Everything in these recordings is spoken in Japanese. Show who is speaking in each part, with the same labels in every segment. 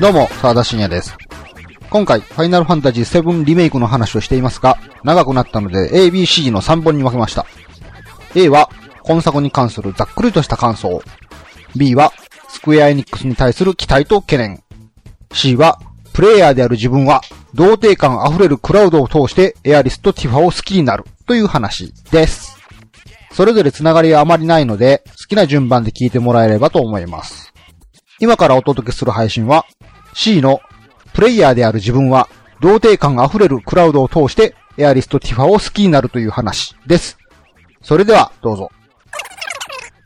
Speaker 1: どうも、沢田信也です。今回、ファイナルファンタジー7リメイクの話をしていますが、長くなったので ABC の3本に分けました。A は、今作に関するざっくりとした感想。B は、スクエアエニックスに対する期待と懸念。C は、プレイヤーである自分は、童貞感あふれるクラウドを通してエアリスとティファを好きになるという話です。それぞれつながりはあまりないので、好きな順番で聞いてもらえればと思います。今からお届けする配信は、C のプレイヤーである自分は、童貞感あふれるクラウドを通してエアリスとティファを好きになるという話です。それでは、どうぞ。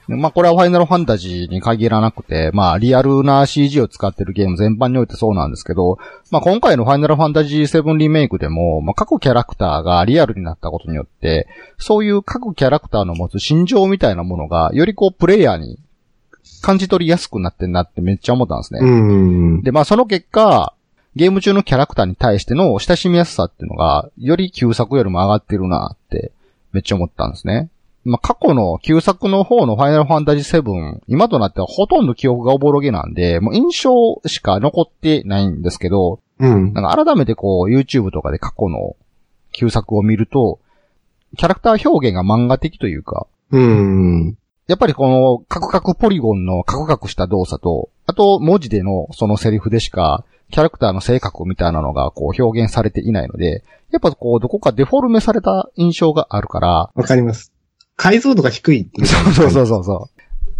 Speaker 1: まあ、これはファイナルファンタジーに限らなくて、まあ、リアルな CG を使ってるゲーム全般においてそうなんですけど、まあ、今回のファイナルファンタジー7リメイクでも、まあ、各キャラクターがリアルになったことによって、そういう各キャラクターの持つ心情みたいなものが、よりこう、プレイヤーに感じ取りやすくなってんなってめっちゃ思ったんですね。
Speaker 2: うん。
Speaker 1: で、まあその結果、ゲーム中のキャラクターに対しての親しみやすさっていうのが、より旧作よりも上がってるなって、めっちゃ思ったんですね。まあ過去の旧作の方のファイナルファンタジー7、今となってはほとんど記憶がおぼろげなんで、もう印象しか残ってないんですけど、
Speaker 2: うん。
Speaker 1: なんか改めてこう YouTube とかで過去の旧作を見ると、キャラクター表現が漫画的というか、
Speaker 2: うん。
Speaker 1: やっぱりこの、カクカクポリゴンのカクカクした動作と、あと文字でのそのセリフでしか、キャラクターの性格みたいなのがこう表現されていないので、やっぱこうどこかデフォルメされた印象があるから、
Speaker 2: わかります。解像度が低いっていう。
Speaker 1: そうそうそうそ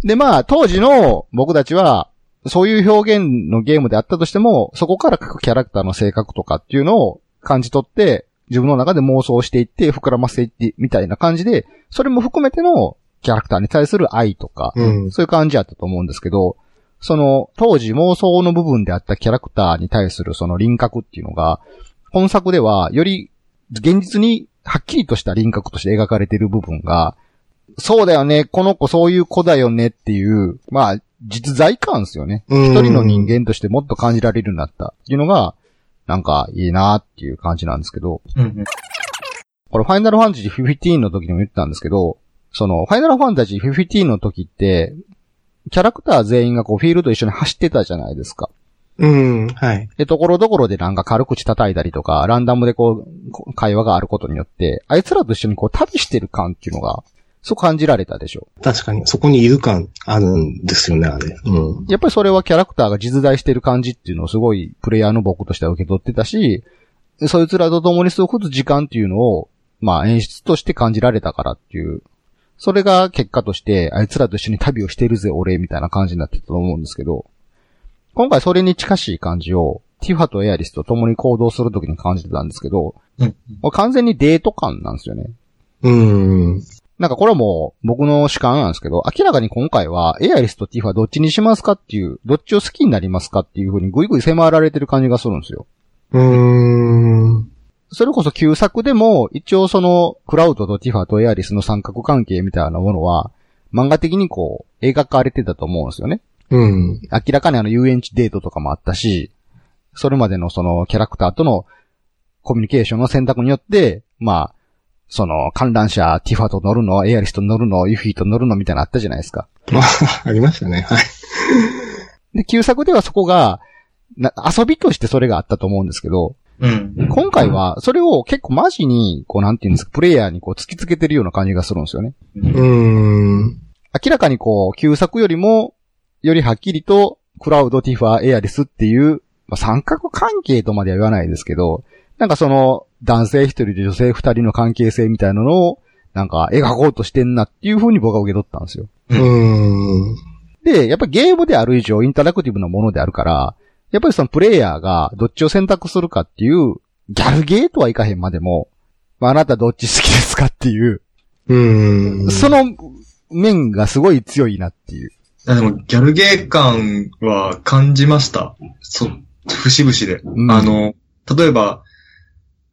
Speaker 1: う。でまあ当時の僕たちは、そういう表現のゲームであったとしても、そこから各キャラクターの性格とかっていうのを感じ取って、自分の中で妄想していって、膨らませていって、みたいな感じで、それも含めてのキャラクターに対する愛とか、
Speaker 2: うん。
Speaker 1: そういう感じやったと思うんですけど、その当時妄想の部分であったキャラクターに対するその輪郭っていうのが、本作ではより現実にはっきりとした輪郭として描かれている部分が、そうだよね、この子そういう子だよねっていう、まあ、実在感ですよね。
Speaker 2: 一
Speaker 1: 一人の人。間としてもっと感じられるようになったっていうのが、なんかいいなっていう感じなんですけど、
Speaker 3: うん。
Speaker 1: これファイナルファンタジー15の時にも言ってたんですけど、その、ファイナルファンタジー15の時って、キャラクター全員がこうフィールド一緒に走ってたじゃないですか。
Speaker 2: うん。はい。
Speaker 1: で、ところどころでなんか軽口叩いたりとか、ランダムでこうこ、会話があることによって、あいつらと一緒にこう旅してる感っていうのが、そう感じられたでしょ。
Speaker 2: 確かに、そこにいる感あるんですよね、あれ。うん。
Speaker 1: やっぱりそれはキャラクターが実在してる感じっていうのをすごいプレイヤーの僕としては受け取ってたし、そいつらと共に過ごす時間っていうのを、まあ演出として感じられたからっていう。それが結果として、あいつらと一緒に旅をしてるぜ、俺、みたいな感じになってたと思うんですけど、今回それに近しい感じを、ティファとエアリスと共に行動するときに感じてたんですけど、
Speaker 3: うん
Speaker 1: もう完全にデート感なんですよね。
Speaker 2: うん。
Speaker 1: なんかこれはもう僕の主観なんですけど、明らかに今回はエアリスとティファどっちにしますかっていう、どっちを好きになりますかっていう風にぐいぐい迫られてる感じがするんですよ。
Speaker 2: うん。
Speaker 1: それこそ旧作でも、一応その、クラウドとティファとエアリスの三角関係みたいなものは、漫画的にこう、描かれてたと思うんですよね。
Speaker 2: うん。
Speaker 1: 明らかにあの遊園地デートとかもあったし、それまでのそのキャラクターとのコミュニケーションの選択によって、まあ、その観覧車、ティファと乗るの、エアリスと乗るの、ユフィと乗るのみたいなのあったじゃないですか。
Speaker 2: まあ、ありましたね。はい。
Speaker 1: で、旧作ではそこが、な遊びとしてそれがあったと思うんですけど、
Speaker 3: うん。
Speaker 1: 今回はそれを結構マジに、こうなんていうんですか、プレイヤーにこう突きつけてるような感じがするんですよね。
Speaker 2: うん。
Speaker 1: 明らかにこう、旧作よりも、よりはっきりと、クラウド、ティファー、エアリスっていう、まあ、三角関係とまでは言わないですけど、なんかその、男性一人で女性二人の関係性みたいなのを、なんか描こうとしてんなっていう風に僕は受け取ったんですよ。
Speaker 2: うん。
Speaker 1: で、やっぱゲームである以上インタラクティブなものであるから、やっぱりそのプレイヤーがどっちを選択するかっていう、ギャルゲーとはいかへんまでも、まあ、あなたどっち好きですかっていう、
Speaker 2: うん。
Speaker 1: その面がすごい強いなっていう。
Speaker 3: あでも、ギャルゲー感は感じました。そ、節々で。
Speaker 1: うん
Speaker 3: あの、例えば、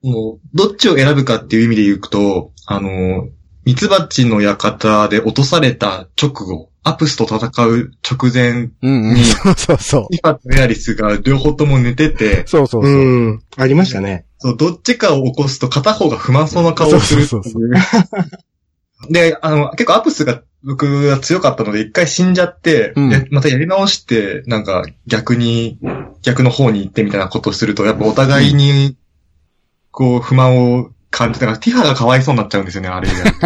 Speaker 3: もう、どっちを選ぶかっていう意味で言うと、あの、ミツバチの館で落とされた直後、アプスと戦う直前、
Speaker 1: うんうん。
Speaker 3: に
Speaker 1: そうそうそう。
Speaker 3: リファとエアリスが両方とも寝てて、
Speaker 1: そうそうそう。
Speaker 2: うん。ありましたね。
Speaker 3: そうどっちかを起こすと片方が不満そうな顔をするってい
Speaker 1: そうそうそう
Speaker 3: で、あの、結構アプスが僕が強かったので一回死んじゃって、
Speaker 1: うん
Speaker 3: でまたやり直して、なんか逆に逆の方に行ってみたいなことをすると、やっぱお互いに、こう、不満を感じたから、ティファがかわいそうになっちゃうんですよね、あれやると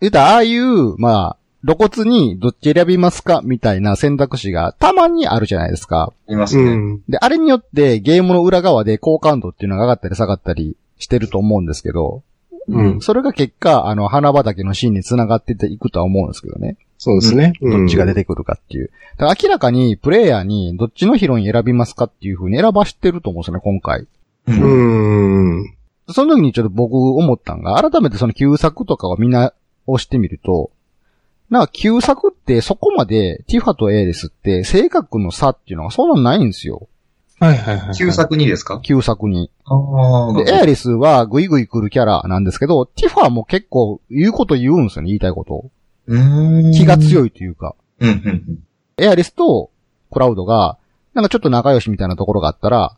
Speaker 1: 言うたら、ああいう、まあ、露骨にどっち選びますかみたいな選択肢がたまにあるじゃないですか。
Speaker 3: います
Speaker 2: う
Speaker 3: ね。
Speaker 2: ん。
Speaker 1: で、あれによってゲームの裏側で好感度っていうのが上がったり下がったりしてると思うんですけど、
Speaker 2: うん。
Speaker 1: それが結果、あの、花畑のシーンに繋がっていくとは思うんですけどね。
Speaker 2: そうですね。
Speaker 1: どっちが出
Speaker 2: て
Speaker 1: てくるかっていう。だから明らかにプレイヤーにどっちのヒロイン選びますかっていう風に選ばしてると思うんですよね、今回。
Speaker 3: う。
Speaker 2: うんん。うん。
Speaker 1: その時にちょっと僕思ったんが、改めてその旧作とかを見直してみると、なんか旧作ってそこまでティファとエーレスって性格の差っていうのがそんなないんですよ。
Speaker 2: はいはいはいはい。
Speaker 3: 旧作にですか
Speaker 1: 旧作に。
Speaker 3: ああ
Speaker 1: で、エアリスはグイグイ来るキャラなんですけど、ティファも結構言うこと言うんですよね、言いたいことを。気が
Speaker 3: い。
Speaker 1: 強いというか。
Speaker 3: うん、うん、
Speaker 1: エアリスとクラウドが、なんかちょっと仲良しみたいなところがあったら、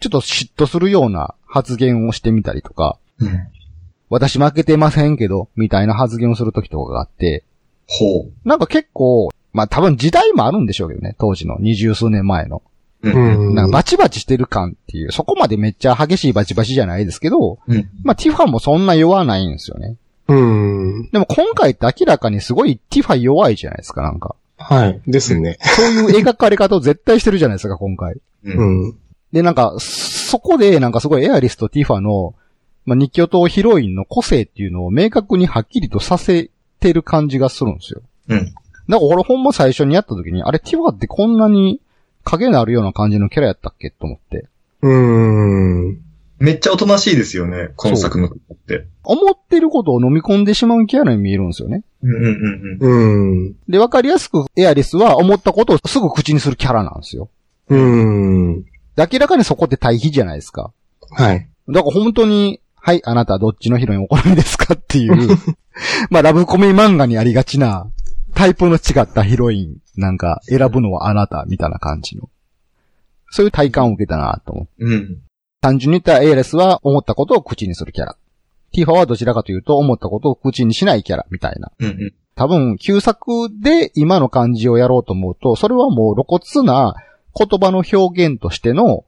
Speaker 1: ちょっと嫉妬するような発言をしてみたりとか、
Speaker 3: うんうん。
Speaker 1: 私負けてませんけど、みたいな発言をするときとかがあって、
Speaker 3: ほ
Speaker 1: なんか結構、まあ多分時代もあるんでしょうけどね、当時の二十数年前の。
Speaker 3: う。
Speaker 2: う
Speaker 3: うん。
Speaker 2: ん。
Speaker 1: なんかバチバチしてる感っていう、そこまでめっちゃ激しいバチバチじゃないですけど、
Speaker 3: うん。
Speaker 1: まあティファもそんな弱ないんですよね。
Speaker 2: うん。
Speaker 1: でも今回って明らかにすごいティファ弱いじゃないですか、なん か。
Speaker 2: はい。ですね。
Speaker 1: そういう描かれ方を絶対してるじゃないですか、今回。
Speaker 3: う。
Speaker 2: うんん。
Speaker 1: で、なんか、そこで、なんかすごいエアリスとティファの、まあ、日教とヒロインの個性っていうのを明確にはっきりとさせてる感じがするんですよ。
Speaker 3: うん。
Speaker 1: なんか俺ほんま最初にやった時に、あれティファってこんなに影のあるような感じのキャラやったっけと思って。
Speaker 2: うん。
Speaker 3: めっちゃおとなしいですよね、今作のって。
Speaker 1: 思ってることを飲み込んでしまうキャラに見えるんですよね。
Speaker 3: うん、うん、うん
Speaker 2: うん。
Speaker 1: で、わかりやすくエアリスは思ったことをすぐ口にするキャラなんですよ。
Speaker 2: うん。
Speaker 1: で明らかにそこって対比じゃないですか。
Speaker 2: はい。
Speaker 1: だから本当に、はい、あなたどっちのヒロインお好みですかっていう、まあラブコメ漫画にありがちな、タイプの違ったヒロインなんか選ぶのはあなたみたいな感じの。そういう体感を受けたなと思う。
Speaker 3: うん。うん。
Speaker 1: 単純に言ったらエーレスは思ったことを口にするキャラ。ティファはどちらかというと思ったことを口にしないキャラみたいな。
Speaker 3: うん、うん。
Speaker 1: 多分、旧作で今の感じをやろうと思うと、それはもう露骨な言葉の表現としての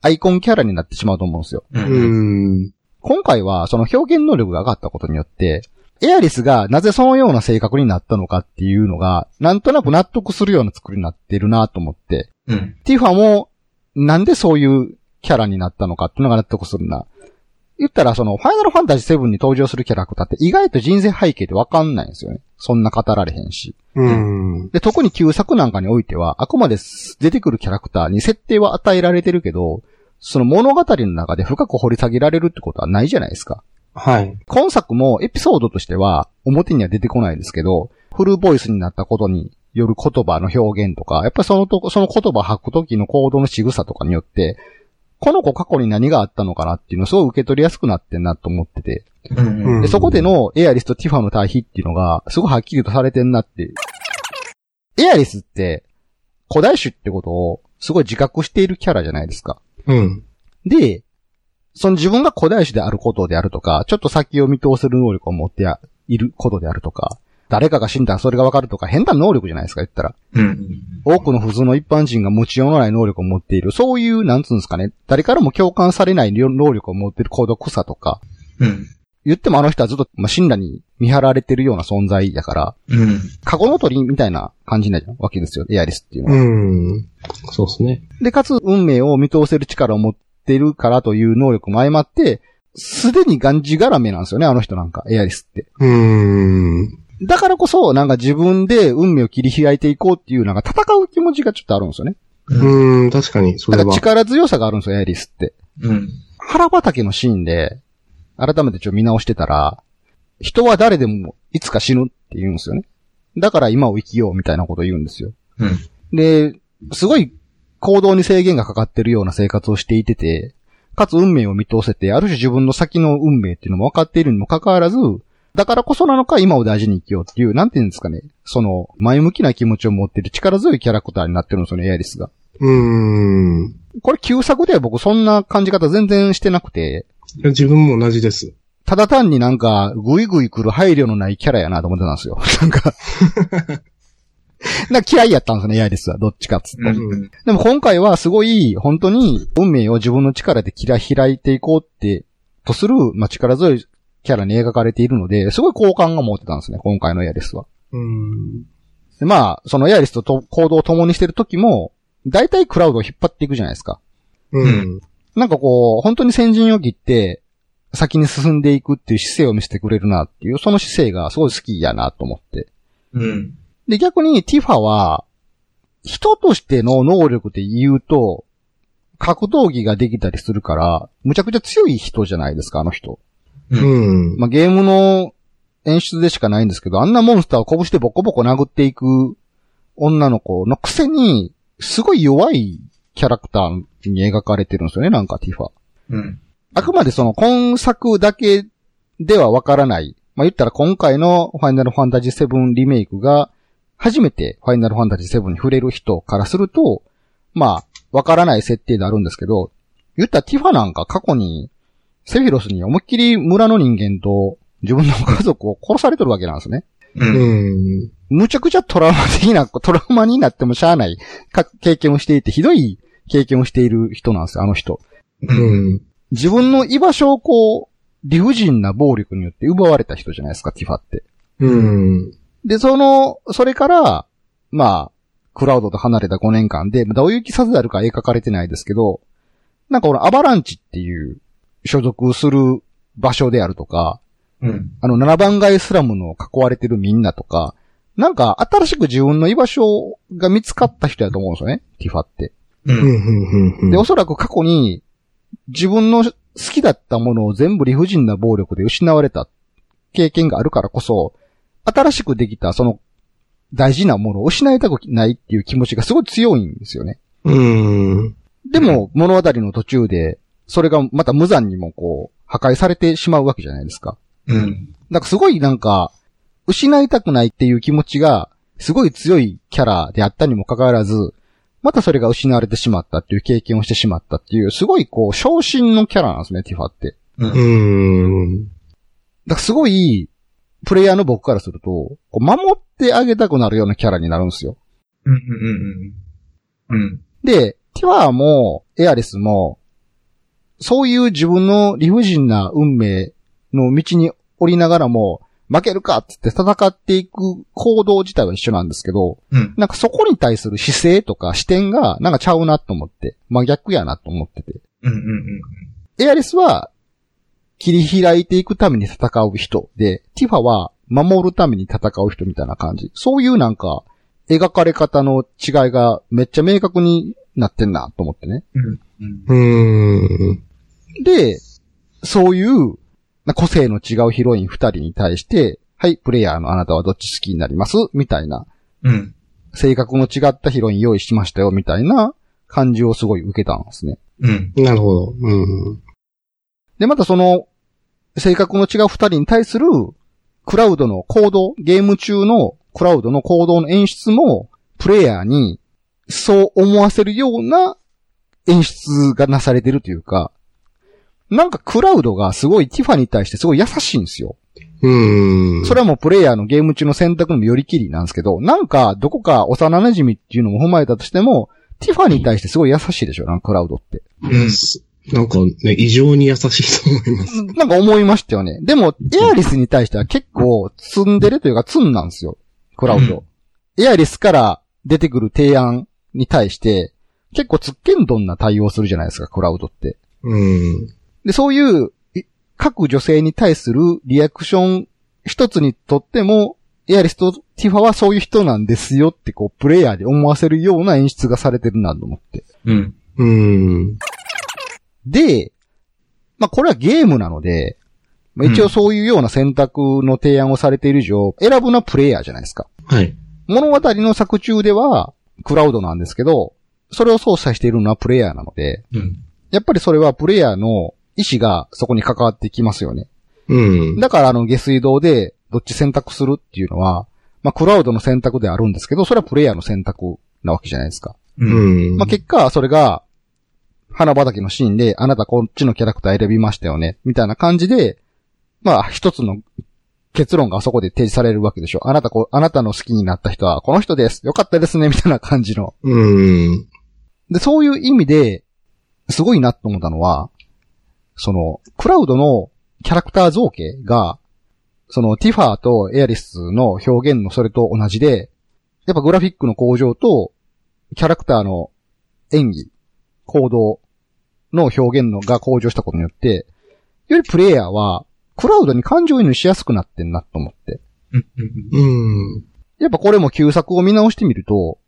Speaker 1: アイコンキャラになってしまうと思うんですよ。
Speaker 3: う。
Speaker 2: うんん。
Speaker 1: 今回はその表現能力が上がったことによって、エアリスがなぜそのような性格になったのかっていうのが、なんとなく納得するような作りになってるなと思って、
Speaker 3: うん。
Speaker 1: ティファもなんでそういうキャラになったのかっていうのが納得するな。言ったらその、ファイナルファンタジー7に登場するキャラクターって意外と人生背景でわかんないんですよね。そんな語られへんし。
Speaker 2: うん。
Speaker 1: で、特に旧作なんかにおいては、あくまで出てくるキャラクターに設定は与えられてるけど、その物語の中で深く掘り下げられるってことはないじゃないですか。
Speaker 2: はい。
Speaker 1: 今作もエピソードとしては表には出てこないですけど、フルボイスになったことによる言葉の表現とか、やっぱりそのと、その言葉吐く時の行動の仕草とかによって、この子過去に何があったのかなっていうのをすごい受け取りやすくなってんなと思ってて、
Speaker 3: うん。
Speaker 1: で、そこでのエアリスとティファの対比っていうのが、すごいはっきりとされてんなって。エアリスって、古代種ってことを、すごい自覚しているキャラじゃないですか。
Speaker 2: うん。
Speaker 1: で、その自分が古代種であることであるとか、ちょっと先を見通せる能力を持っていることであるとか、誰かが死んだらそれがわかるとか、変な能力じゃないですか、言ったら。
Speaker 3: うん。
Speaker 1: 多くの普通の一般人が持ちようのない能力を持っている、そういう、なんつうんですかね、誰からも共感されない能力を持っている孤独さとか、
Speaker 3: うん。
Speaker 1: 言ってもあの人はずっと、まあ、信羅に見張られてるような存在だから、
Speaker 3: うん。
Speaker 1: カゴの鳥みたいな感じになるわけですよ、エアリスっていうのは。
Speaker 2: うん。そうですね。
Speaker 1: で、かつ運命を見通せる力を持ってるからという能力も相まって、すでにがんじがらめなんですよね、あの人なんか、エアリスって。
Speaker 2: うん。
Speaker 1: だからこそ、なんか自分で運命を切り開いていこうっていう、なんか戦う気持ちがちょっとあるんですよね。
Speaker 2: うん、確かに、そ
Speaker 1: な
Speaker 2: れ
Speaker 1: んか
Speaker 2: は。
Speaker 1: 力強さがあるんですよ、エアリスって。
Speaker 3: うん。
Speaker 1: 腹畑のシーンで、改めてちょっと見直してたら、人は誰でもいつか死ぬって言うんですよね。だから今を生きようみたいなこと言うんですよ。
Speaker 3: うん。
Speaker 1: で、すごい行動に制限がかかってるような生活をしていてて、かつ運命を見通せて、ある種自分の先の運命っていうのも分かっているにもかかわらず、だからこそなのか今を大事に生きようっていう、なんていうんですかね、その前向きな気持ちを持ってる力強いキャラクターになってるんですよね、エアリスが。
Speaker 2: うん。
Speaker 1: これ旧作では僕そんな感じ方全然してなくて、
Speaker 2: 自分も同じです。
Speaker 1: ただ単になん か、ぐいぐい来る配慮のないキャラやなと思ってたんですよ。なんか、なんか嫌いやったんですね、ヤイリスは。どっちかっつって。
Speaker 3: うん
Speaker 1: でも今回はすごい、本当に運命を自分の力で切ら開いていこうって、とする、まあ、力強いキャラに描かれているので、すごい好感が持ってたんですね、今回のヤイリスは。
Speaker 2: うん。
Speaker 1: でまあ、そのヤイリスとと行動を共にしてる時も、大体クラウドを引っ張っていくじゃないですか。
Speaker 2: うん。
Speaker 1: なんかこう、本当に先陣を切って、先に進んでいくっていう姿勢を見せてくれるなっていう、その姿勢がすごい好きやなと思って。
Speaker 3: うん。
Speaker 1: で、逆にティファは、人としての能力で言うと、格闘技ができたりするから、むちゃくちゃ強い人じゃないですか、あの人。
Speaker 2: うん。
Speaker 1: まあ、ゲームの演出でしかないんですけど、あんなモンスターを拳でボコボコ殴っていく女の子のくせに、すごい弱いキャラクターに描かれてるんですよね、なんかティファ。
Speaker 3: うん。
Speaker 1: あくまでその今作だけではわからない。まあ、言ったら今回のファイナルファンタジー7リメイクが、初めてファイナルファンタジー7に触れる人からすると、まあ、わからない設定であるんですけど、言ったらティファなんか過去に、セフィロスに思いっきり村の人間と自分の家族を殺されてるわけなんですね。
Speaker 2: う
Speaker 3: う。
Speaker 2: んん。
Speaker 1: むちゃくちゃトラウマ的な、トラウマになってもしゃあないか経験をしていて、ひどい経験をしている人なんですよ、あの人。
Speaker 3: うん。
Speaker 1: 自分の居場所をこう、理不尽な暴力によって奪われた人じゃないですか、ティファって。
Speaker 2: うん。
Speaker 1: で、その、それから、まあ、クラウドと離れた5年間で、まあどういう気させたるか描かれてないですけど、なんかこのアバランチっていう所属する場所であるとか、
Speaker 3: うん。
Speaker 1: あの7番街スラムの囲われてるみんなとか、なんか新しく自分の居場所が見つかった人だと思うんですよね、ティファって。
Speaker 2: う
Speaker 3: う。
Speaker 2: んん。
Speaker 1: で、おそらく過去に、自分の好きだったものを全部理不尽な暴力で失われた経験があるからこそ、新しくできたその大事なものを失いたくないっていう気持ちがすごい強いんですよね。
Speaker 2: うん。
Speaker 1: でも、物語の途中で、それがまた無残にもこう、破壊されてしまうわけじゃないですか。
Speaker 3: うん。
Speaker 1: なんかすごいなんか、失いたくないっていう気持ちが、すごい強いキャラであったにもかかわらず、またそれが失われてしまったっていう経験をしてしまったっていう、すごいこう、昇進のキャラなんですね、ティファって。
Speaker 3: うん。
Speaker 2: うん。
Speaker 1: だからすごい、プレイヤーの僕からすると、こう守ってあげたくなるようなキャラになるんですよ。
Speaker 3: うん。うん。うん。
Speaker 1: で、ティファーも、エアレスも、そういう自分の理不尽な運命の道に降りながらも、負けるかってって戦っていく行動自体は一緒なんですけど、
Speaker 3: うん。
Speaker 1: なんかそこに対する姿勢とか視点がなんかちゃうなと思って、真逆やなと思ってて。
Speaker 3: うん。うん。
Speaker 1: エアレスは切り開いていくために戦う人で、ティファは守るために戦う人みたいな感じ。そういうなんか描かれ方の違いがめっちゃ明確になってんなと思ってね。
Speaker 3: うん。
Speaker 2: うん。
Speaker 1: で、そういうな個性の違うヒロイン二人に対して、はい、プレイヤーのあなたはどっち好きになりますみたいな
Speaker 3: うん。
Speaker 1: 性格の違ったヒロイン用意しましたよ、みたいな感じをすごい受けたんですね。
Speaker 3: うん。
Speaker 2: なるほど。うん。
Speaker 1: で、またその、性格の違う二人に対する、クラウドの行動、ゲーム中のクラウドの行動の演出も、プレイヤーに、そう思わせるような演出がなされてるというか、なんかクラウドがすごいティファに対してすごい優しいんですよ。
Speaker 2: うん。
Speaker 1: それはもうプレイヤーのゲーム中の選択のよりきりなんですけど、なんかどこか幼馴染っていうのも踏まえたとしても、ティファに対してすごい優しいでしょ、なんかクラウドって。
Speaker 3: うん。
Speaker 2: なんかね、異常に優しいと思います。
Speaker 1: なんか思いましたよね。でも、エアリスに対しては結構積んでるというか積んなんですよ、クラウド。エアリスから出てくる提案に対して、結構つっけんどんな対応するじゃないですか、クラウドって。
Speaker 2: うん。
Speaker 1: で、そういう、い各女性に対するリアクション一つにとっても、エアリスとティファはそういう人なんですよって、こう、プレイヤーで思わせるような演出がされてるなと思って。
Speaker 3: うん。
Speaker 2: うん。
Speaker 1: で、まあ、これはゲームなので、まあ、一応そういうような選択の提案をされている以上、選ぶのはプレイヤーじゃないですか。
Speaker 2: はい。
Speaker 1: 物語の作中では、クラウドなんですけど、それを操作しているのはプレイヤーなので、
Speaker 3: うん。
Speaker 1: やっぱりそれはプレイヤーの意思がそこに関わってきますよね。
Speaker 2: うん。
Speaker 1: だからあの下水道でどっち選択するっていうのは、まあクラウドの選択であるんですけど、それはプレイヤーの選択なわけじゃないですか。
Speaker 3: う。
Speaker 2: うんん。
Speaker 1: まあ結果、それが、花畑のシーンで、あなたこっちのキャラクター選びましたよね、みたいな感じで、まあ一つの結論があそこで提示されるわけでしょ。あなたこう、あなたの好きになった人はこの人です。よかったですね、みたいな感じの。
Speaker 2: うん。
Speaker 1: で、そういう意味で、すごいなと思ったのは、その、クラウドのキャラクター造形が、その、ティファーとエアリスの表現のそれと同じで、やっぱグラフィックの向上と、キャラクターの演技、行動の表現のが向上したことによって、よりプレイヤーは、クラウドに感情移入しやすくなってんなと思って。
Speaker 3: うんうんうん
Speaker 2: うん。
Speaker 1: やっぱこれも旧作を見直してみると、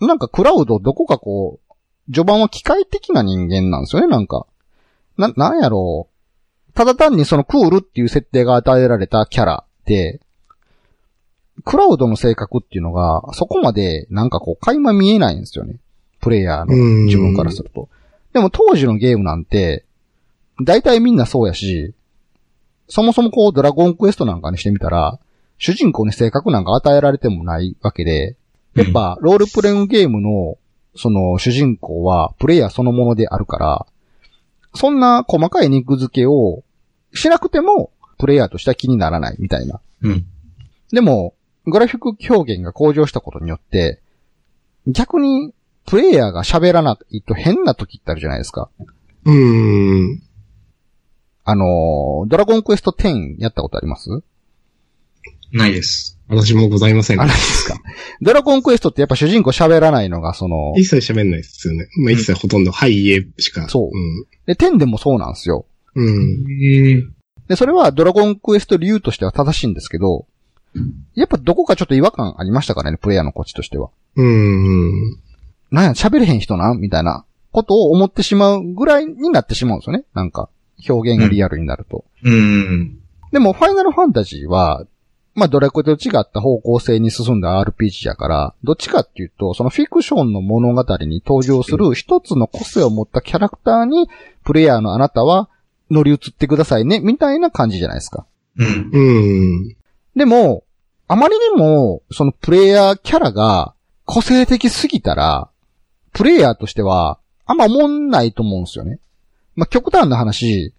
Speaker 1: なんかクラウドどこかこう、序盤は機械的な人間なんですよね、なんか。な、なんやろう。ただ単にそのクールっていう設定が与えられたキャラで、クラウドの性格っていうのが、そこまでなんかこう、垣間見えないんですよね。プレイヤーの
Speaker 2: うん
Speaker 1: 自分からすると。でも当時のゲームなんて、大体みんなそうやし、そもそもこうドラゴンクエストなんかにしてみたら、主人公に性格なんか与えられてもないわけで、やっぱロールプレイングゲームの、その主人公はプレイヤーそのものであるから、そんな細かい肉付けをしなくても、プレイヤーとしては気にならないみたいな。
Speaker 3: うん。
Speaker 1: でも、グラフィック表現が向上したことによって、逆に、プレイヤーが喋らないと変な時ってあるじゃないですか。
Speaker 2: うん。
Speaker 1: あのー、ドラゴンクエスト10やったことあります
Speaker 3: ないです。
Speaker 2: 私もございません
Speaker 1: あ、な。いですか。ドラゴンクエストってやっぱ主人公喋らないのが、その、
Speaker 2: 一切喋んないですよね。まあ、一切ほとんど、はい、いえ、しか。
Speaker 1: そうで、10でもそうなんですよ。
Speaker 2: うん。うん。
Speaker 3: へえ。
Speaker 1: で、それはドラゴンクエスト理由としては正しいんですけど、やっぱどこかちょっと違和感ありましたからね、プレイヤーのこっちとしては。
Speaker 2: うん。
Speaker 1: なんや、喋れへん人なんみたいなことを思ってしまうぐらいになってしまうんですよね。なんか、表現がリアルになると。
Speaker 3: うん。
Speaker 1: でも、ファイナルファンタジーは、まあ、ドラクエと違った方向性に進んだ RPG やから、どっちかっていうと、そのフィクションの物語に登場する一つの個性を持ったキャラクターに、プレイヤーのあなたは乗り移ってくださいね、みたいな感じじゃないですか。
Speaker 3: うん。
Speaker 2: うん。
Speaker 1: でも、あまりにも、そのプレイヤーキャラが個性的すぎたら、プレイヤーとしては、あんま思んないと思うんですよね。まあ、極端な話、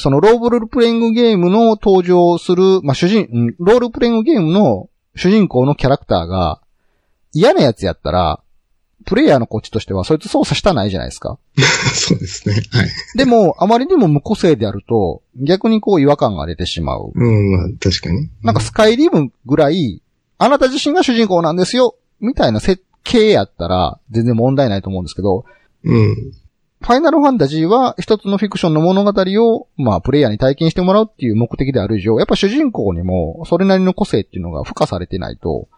Speaker 1: そのローブルプレイングゲームの登場する、まあ、主人、うんロールプレイングゲームの主人公のキャラクターが嫌なやつやったら、プレイヤーのこっちとしてはそいつ操作したないじゃないですか。
Speaker 2: そうですね。はい。
Speaker 1: でも、あまりにも無個性であると、逆にこう違和感が出てしまう。
Speaker 2: うん、まあ、確かに。
Speaker 1: なんかスカイリムぐらい、あなた自身が主人公なんですよみたいな設計やったら、全然問題ないと思うんですけど、
Speaker 2: うん。
Speaker 1: ファイナルファンタジーは一つのフィクションの物語を、まあ、プレイヤーに体験してもらうっていう目的である以上、やっぱ主人公にも、それなりの個性っていうのが付加されてないと、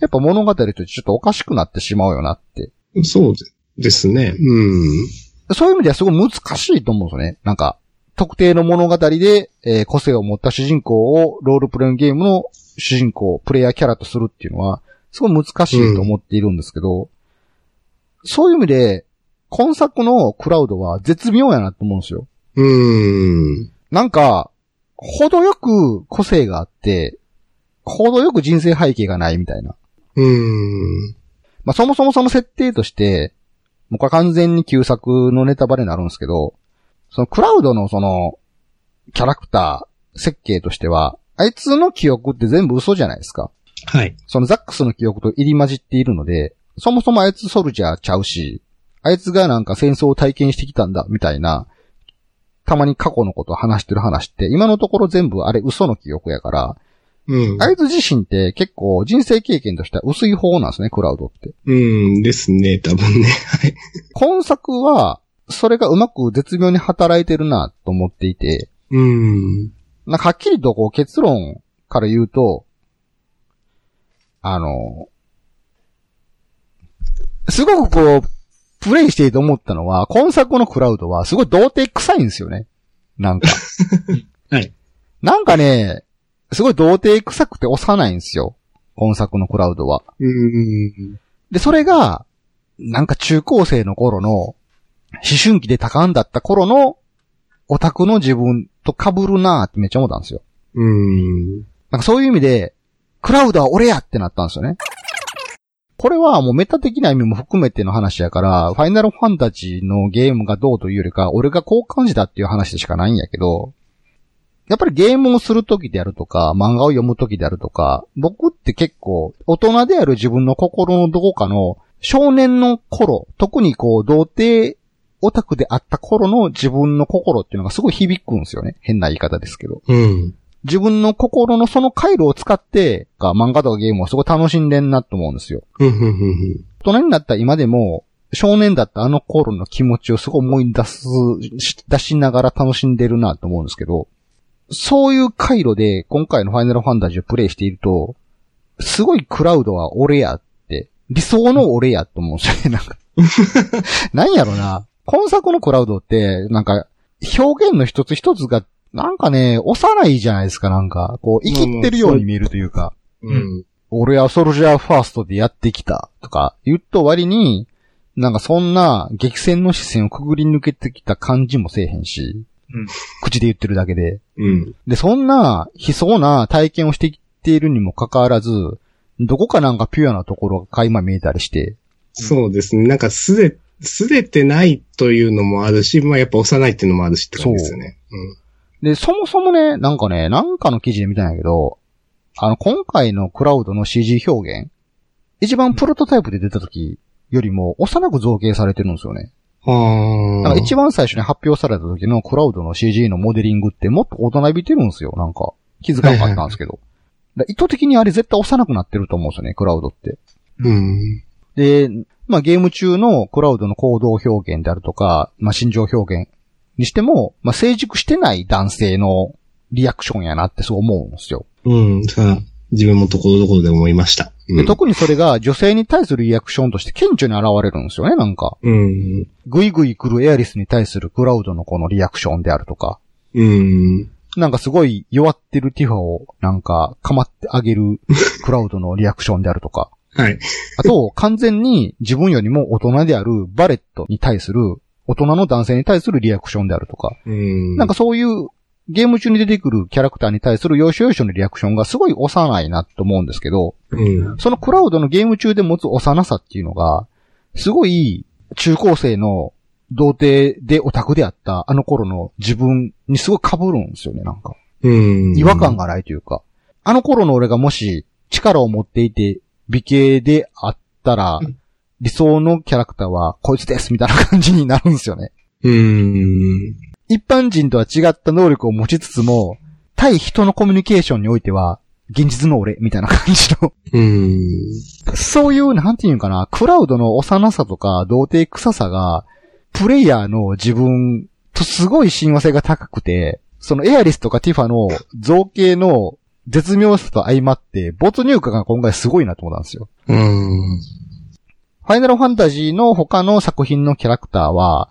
Speaker 1: やっぱ物語としてちょっとおかしくなってしまうよなって。
Speaker 2: そうですね。うん。
Speaker 1: そういう意味ではすごい難しいと思うんですよね。なんか、特定の物語で、えー個性を持った主人公をロールプレイングゲームの主人公、プレイヤーキャラとするっていうのは、すごい難しいと思っているんですけど、そういう意味で、今作のクラウドは絶妙やなと思うんですよ。
Speaker 2: うん。
Speaker 1: なんか、程よく個性があって、程よく人生背景がないみたいな。
Speaker 2: うん。
Speaker 1: まあ、そもそもその設定として、もうこれ完全に旧作のネタバレになるんですけど、そのクラウドのその、キャラクター、設計としては、あいつの記憶って全部嘘じゃないですか。
Speaker 2: はい。
Speaker 1: そのザックスの記憶と入り混じっているので、そもそもあいつソルジャーちゃうし、あいつがなんか戦争を体験してきたんだ、みたいな、たまに過去のことを話してる話って、今のところ全部あれ嘘の記憶やから、
Speaker 2: うん。
Speaker 1: あいつ自身って結構人生経験としては薄い方なんですね、クラウドって。
Speaker 2: うん。ですね、多分ね。はい。
Speaker 1: 今作は、それがうまく絶妙に働いてるなと思っていて、
Speaker 2: うん。
Speaker 1: なんかはっきりとこう結論から言うと、あの、すごくこう、プレイしていて思ったのは、今作のクラウドはすごい童貞臭いんですよね。なんか。
Speaker 2: はい。
Speaker 1: なんかね、すごい童貞臭くて幼いんですよ。今作のクラウドは。
Speaker 2: うん。
Speaker 1: で、それが、なんか中高生の頃の、思春期で多感だった頃の、オタクの自分と被るなーってめっちゃ思ったんですよ。
Speaker 2: うん。
Speaker 1: なんかそういう意味で、クラウドは俺やってなったんですよね。これはもうメタ的な意味も含めての話やから、ファイナルファンタジーのゲームがどうというよりか、俺がこう感じたっていう話でしかないんやけど、やっぱりゲームをするときであるとか、漫画を読むときであるとか、僕って結構、大人である自分の心のどこかの、少年の頃、特にこう、童貞オタクであった頃の自分の心っていうのがすごい響くんですよね。変な言い方ですけど。
Speaker 2: うん。
Speaker 1: 自分の心のその回路を使って、が漫画とかゲームをすごい楽しんでんなと思うんですよ。
Speaker 2: うん、うん、うん
Speaker 1: 大人になった今でも、少年だったあの頃の気持ちをすごい思い出す、し出しながら楽しんでるなと思うんですけど、そういう回路で今回のファイナルファンタジーをプレイしていると、すごいクラウドは俺やって、理想の俺やと思うんですよね、なんか。なんやろな。今作のクラウドって、なんか、表現の一つ一つが、なんかね、幼いじゃないですか、なんか。こう、生きってるように見えるというか。
Speaker 2: うん。うん。
Speaker 1: 俺はソルジャーファーストでやってきたとか言っと割に、なんかそんな激戦の視線をくぐり抜けてきた感じもせえへんし、
Speaker 3: うん
Speaker 1: 口で言ってるだけで。
Speaker 2: うん。
Speaker 1: で、そんな悲壮な体験をしてきているにもかかわらず、どこかなんかピュアなところが垣間見えたりして、
Speaker 2: そうですね。なんか、すれ、すれてないというのもあるし、まあやっぱ幼いっていうのもあるしって感じですよね。
Speaker 1: で、そもそもね、なんかね、なんかの記事で見たんやけど、あの、今回のクラウドの CG 表現、一番プロトタイプで出た時よりも幼く造形されてるんですよね。
Speaker 2: うん。
Speaker 1: なん
Speaker 2: ああ。
Speaker 1: か一番最初に発表された時のクラウドの CG のモデリングってもっと大人びてるんですよ、なんか。気づかなかったんですけど。だから意図的にあれ絶対幼くなってると思うんですよね、クラウドって。
Speaker 2: うん。
Speaker 1: で、まあゲーム中のクラウドの行動表現であるとか、まあ心情表現にしても、まあ成熟してない男性のリアクションやなってそう思うんですよ。
Speaker 2: うん。さあ、自分もところどころで思いました。う
Speaker 1: で
Speaker 2: ん。
Speaker 1: 特にそれが女性に対するリアクションとして顕著に現れるんですよね、なんか。
Speaker 2: うん。
Speaker 1: ぐいぐい来るエアリスに対するクラウドのこのリアクションであるとか。
Speaker 2: うん。
Speaker 1: なんかすごい弱ってるティファをなんか構ってあげ るクラウドのリアクションであるとか、
Speaker 2: はい。
Speaker 1: あと完全に自分よりも大人であるバレットに対する、大人の男性に対するリアクションであるとか、
Speaker 2: うん。
Speaker 1: なんか、そういうゲーム中に出てくるキャラクターに対する要所要所のリアクションがすごい幼いなと思うんですけど、
Speaker 2: うん。
Speaker 1: そのクラウドのゲーム中で持つ幼さっていうのが、すごい中高生の童貞でオタクであったあの頃の自分にすごい被るんですよね、なんか。
Speaker 2: うん。
Speaker 1: 違和感がないというか、あの頃の俺がもし力を持っていて美形であったら
Speaker 3: うん、
Speaker 1: 理想のキャラクターはこいつですみたいな感じになるんですよね。
Speaker 2: うん。
Speaker 1: 一般人とは違った能力を持ちつつも、対人のコミュニケーションにおいては、現実の俺みたいな感じの、
Speaker 2: うん。
Speaker 1: そういう、なんていうのかな、クラウドの幼さとか童貞臭さが、プレイヤーの自分とすごい親和性が高くて、そのエアリスとかティファの造形の絶妙さと相まって、没入感が今回すごいなと思ったんですよ。
Speaker 2: うん。
Speaker 1: ファイナルファンタジーの他の作品のキャラクターは、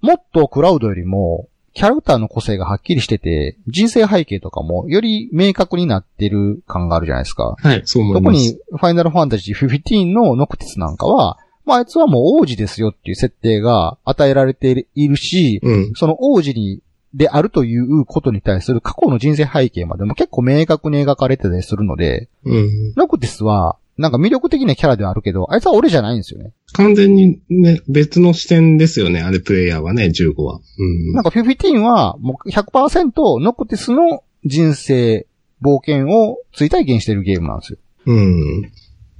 Speaker 1: もっとクラウドよりも、キャラクターの個性がはっきりしてて、人生背景とかもより明確になってる感があるじゃないですか。
Speaker 2: はい、そう思い
Speaker 1: 特
Speaker 2: ます。
Speaker 1: に、ファイナルファンタジー15のノクティスなんかは、まあ、あいつはもう王子ですよっていう設定が与えられているし、
Speaker 2: うん。
Speaker 1: その王子に、であるということに対する過去の人生背景までも結構明確に描かれてたりするので、
Speaker 2: うん。
Speaker 1: ノクティスは、なんか魅力的なキャラではあるけど、あいつは俺じゃないんですよね。
Speaker 2: 完全にね、別の視点ですよね、あれプレイヤーはね、15は。うん。
Speaker 1: なんか15は、もう100%ノクティスの人生、冒険を追体験してるゲームなんですよ。
Speaker 2: うん。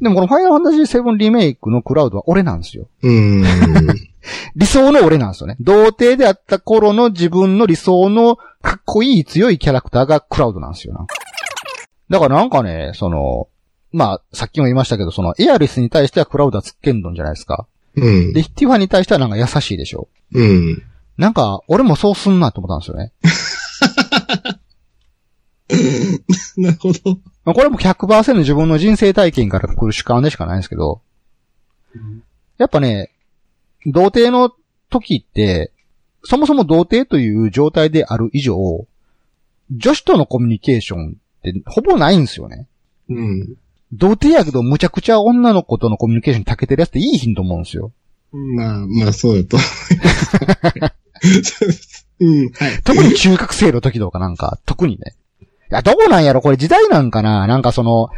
Speaker 1: でもこのファイナルファンタジー7リメイクのクラウドは俺なんですよ。
Speaker 2: うん。
Speaker 1: 理想の俺なんですよね。童貞であった頃の自分の理想のかっこいい強いキャラクターがクラウドなんですよな。だからなんかね、その、まあ、さっきも言いましたけど、その、エアリスに対してはクラウドはつっけんどんじゃないですか。
Speaker 2: うん。
Speaker 1: で、ティファに対してはなんか優しいでしょ。
Speaker 2: うん。
Speaker 1: なんか、俺もそうすんなと思ったんですよね。
Speaker 2: なるほど。
Speaker 1: まあ、これも100%自分の人生体験から来る主観でしかないんですけど、やっぱね、童貞の時って、そもそも童貞という状態である以上、女子とのコミュニケーションってほぼないんですよね。
Speaker 2: うん。
Speaker 1: 童貞やけどむちゃくちゃ女の子とのコミュニケーションに長けてるやつっていいヒント思うんですよ。
Speaker 2: まあ、まあ、そうだと。うん、はい。
Speaker 1: 特に中学生の時とかなん か、特にね。いや、どうなんやろこれ時代なんかななんかその、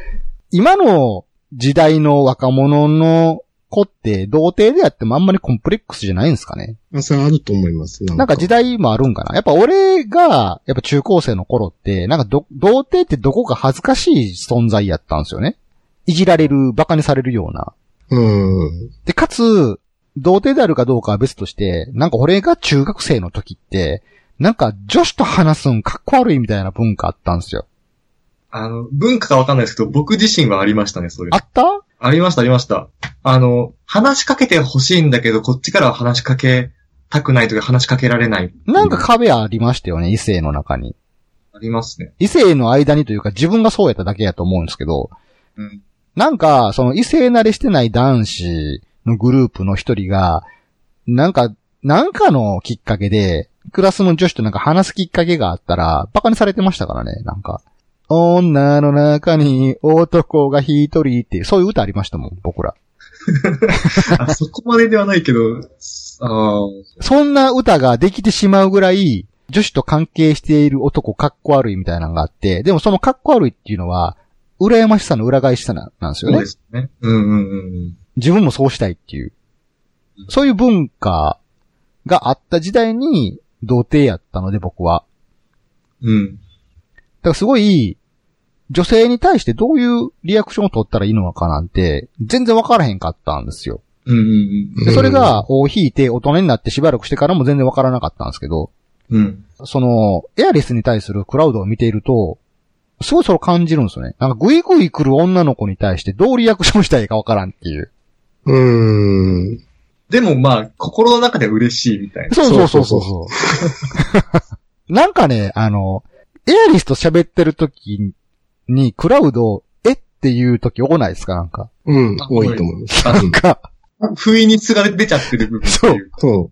Speaker 1: 今の時代の若者の子って童貞でやってもあんまりコンプレックスじゃないんですかね。
Speaker 2: あ、それあると思います。なん
Speaker 1: なんか時代もあるんかな。やっぱ俺が、やっぱ中高生の頃って、なんかど、童貞ってどこか恥ずかしい存在やったんですよね。いじられる、馬鹿にされるような。
Speaker 2: うん。
Speaker 1: で、かつ、童貞であるかどうかは別として、なんか俺が中学生の時って、なんか女子と話すんかっこ悪いみたいな文化あったんですよ。
Speaker 3: あの、文化かわかんないですけど、僕自身はありましたね、そういう
Speaker 1: あ
Speaker 3: の。
Speaker 1: った
Speaker 3: ありました、ありました。あの、話しかけてほしいんだけど、こっちからは話しかけたくないとか話しかけられない。
Speaker 1: なんか壁ありましたよね、異性の中に。
Speaker 3: ありますね。
Speaker 1: 異性の間にというか自分がそうやっただけやと思うんですけど、
Speaker 3: うん。
Speaker 1: なんか、その異性慣れしてない男子のグループの一人が、なんか、なんかのきっかけで、クラスの女子となんか話すきっかけがあったら、バカにされてましたからね、なんか。女の中に男が一人っていう、そういう歌ありましたもん、僕ら。
Speaker 3: あそこまでではないけど、あー
Speaker 1: そんな歌ができてしまうぐらい、女子と関係している男かっこ悪いみたいなのがあって、でもそのかっこ悪いっていうのは、羨ましさの裏返しさななんです
Speaker 3: そ
Speaker 1: よ
Speaker 3: う
Speaker 1: ね
Speaker 3: で。すね。うんうんうん
Speaker 1: 自分もそうしたいっていう。そういう文化があった時代に童貞やったので僕は。
Speaker 3: うん。うん。
Speaker 1: だからすごい、女性に対してどういうリアクションを取ったらいいのかなんて、全然わからへんかったんですよ。
Speaker 3: うんうん
Speaker 1: でそれが、を引いて大人になってしばらくしてからも全然わからなかったんですけど、
Speaker 3: うん。うん。
Speaker 1: その、エアリスに対するクラウドを見ていると、すごいそれを感じるんですよね。なんかグイグイ来る女の子に対してどうリアクションしたらいいかわからんっていう。
Speaker 2: うん。
Speaker 3: でもまあ、心の中では嬉しいみたいな。
Speaker 1: そうそうそうそうそう。なんかね、あの、エアリスと喋ってる時に、クラウド、えっていう時多ないですかなんか。
Speaker 2: うん
Speaker 3: あ、
Speaker 2: 多いと思います。
Speaker 1: なんか、
Speaker 3: 不意にすがれ出ちゃってる部分っていう。
Speaker 2: そ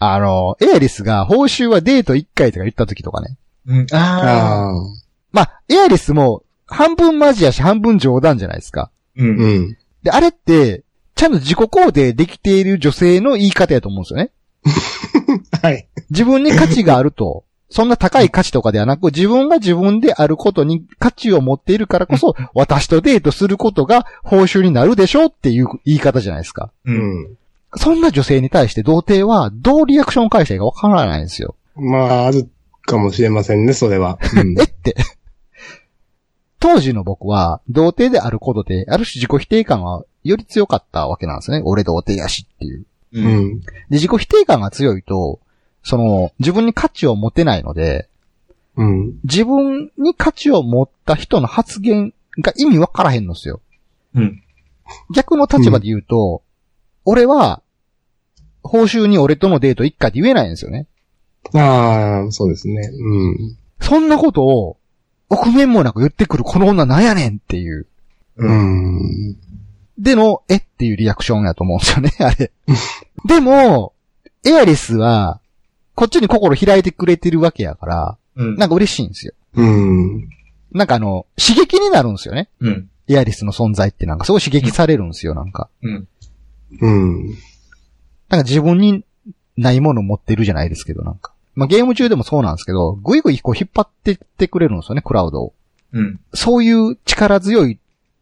Speaker 1: あの、エアリスが報酬はデート1回とか言った時とかね。
Speaker 3: うん。
Speaker 2: う。
Speaker 3: ああ。
Speaker 2: ああ。
Speaker 1: まあ、エアリスも半分マジやし半分冗談じゃないですか。
Speaker 3: うん。
Speaker 2: うん。
Speaker 1: で、あれって、ちゃんと自己肯定できている女性の言い方やと思うんですよね。
Speaker 2: はい。
Speaker 1: 自分に価値があると、そんな高い価値とかではなく、自分が自分であることに価値を持っているからこそ、私とデートすることが報酬になるでしょうっていう言い方じゃないですか。
Speaker 3: う。
Speaker 2: うんん。
Speaker 1: そんな女性に対して童貞はどうリアクションを返したらいいかわからないんですよ。
Speaker 2: まあ、あるかもしれませんね、それは。うん
Speaker 1: えって。当時の僕は、童貞であることで、ある種自己否定感はより強かったわけなんですね。俺童貞やしっていう。
Speaker 3: う。
Speaker 2: うんん。
Speaker 1: で、自己否定感が強いと、その、自分に価値を持てないので、
Speaker 2: うん。
Speaker 1: 自分に価値を持った人の発言が意味わからへんのですよ。
Speaker 3: うん。
Speaker 1: 逆の立場で言うと、俺は、報酬に俺とのデート一回って言えないんですよね。
Speaker 2: ああ、そうですね。うん。
Speaker 1: そんなことを、臆面もなく言ってくるこの女なんやねんっていう。
Speaker 3: う。
Speaker 2: うんん。
Speaker 1: での、えっていうリアクションやと思うんですよね、 あれ。でも、エアリスは、こっちに心開いてくれてるわけやから、
Speaker 3: うん。
Speaker 1: なんか嬉しいんですよ。
Speaker 2: うん。
Speaker 1: なんかあの、刺激になるんですよね。
Speaker 3: うん。
Speaker 1: エアリスの存在ってなんかすごい刺激されるんですよ、なんか。
Speaker 3: うん。
Speaker 2: うん。
Speaker 1: なんか自分にないもの持ってるじゃないですけど、なんか。まあ、ゲーム中でもそうなんですけど、ぐいぐいこう引っ張ってってくれるんですよね、クラウドを。
Speaker 3: うん。
Speaker 1: そういう力強い、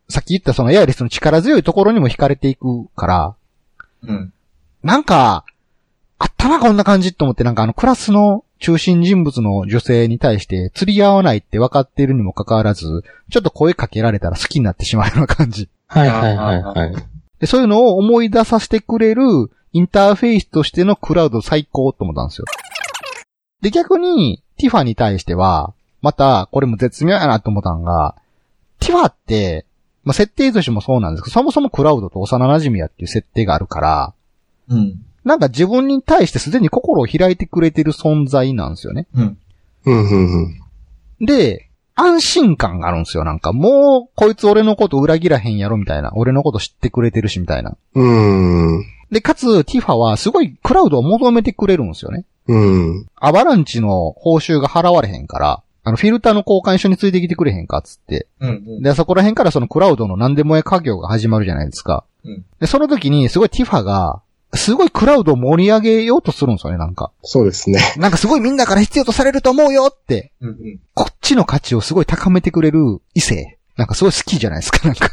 Speaker 1: さっき言ったそのエアリスの力強いところにも惹かれていくから、
Speaker 3: うん。
Speaker 1: なんか、あったな、こんな感じと思って、なんかあのクラスの中心人物の女性に対して釣り合わないって分かっているにもかかわらず、ちょっと声かけられたら好きになってしまうような感じ。
Speaker 2: はいはいはいはい。
Speaker 1: で、そういうのを思い出させてくれるインターフェースとしてのクラウド最高と思ったんですよ。で、逆に、ティファに対しては、また、これも絶妙やなと思ったんが、ティファって、まあ、設定としてもそうなんですけど、そもそもクラウドと幼馴染やっていう設定があるから、
Speaker 3: うん。
Speaker 1: なんか自分に対してすでに心を開いてくれてる存在なんですよね。
Speaker 2: うんうんうん。
Speaker 1: で、安心感があるんですよ。なんか、もう、こいつ俺のこと裏切らへんやろみたいな。俺のこと知ってくれてるしみたいな。
Speaker 2: うん。
Speaker 1: で、かつ、ティファはすごいクラウドを求めてくれるんですよね。
Speaker 2: うん。
Speaker 1: アバランチの報酬が払われへんから、あの、フィルターの交換一緒についてきてくれへんかっつって。
Speaker 3: うん。
Speaker 1: で、そこら辺からそのクラウドの何でもええ家業が始まるじゃないですか。
Speaker 3: うん
Speaker 1: で、その時にすごいティファが、すごいクラウドを盛り上げようとするんですよね、なんか。
Speaker 2: そうですね。
Speaker 1: なんかすごいみんなから必要とされると思うよって、
Speaker 3: うん。うん。
Speaker 1: こっちの 価値をすごい高めてくれる異性。なんかすごい好きじゃないですか、なんか。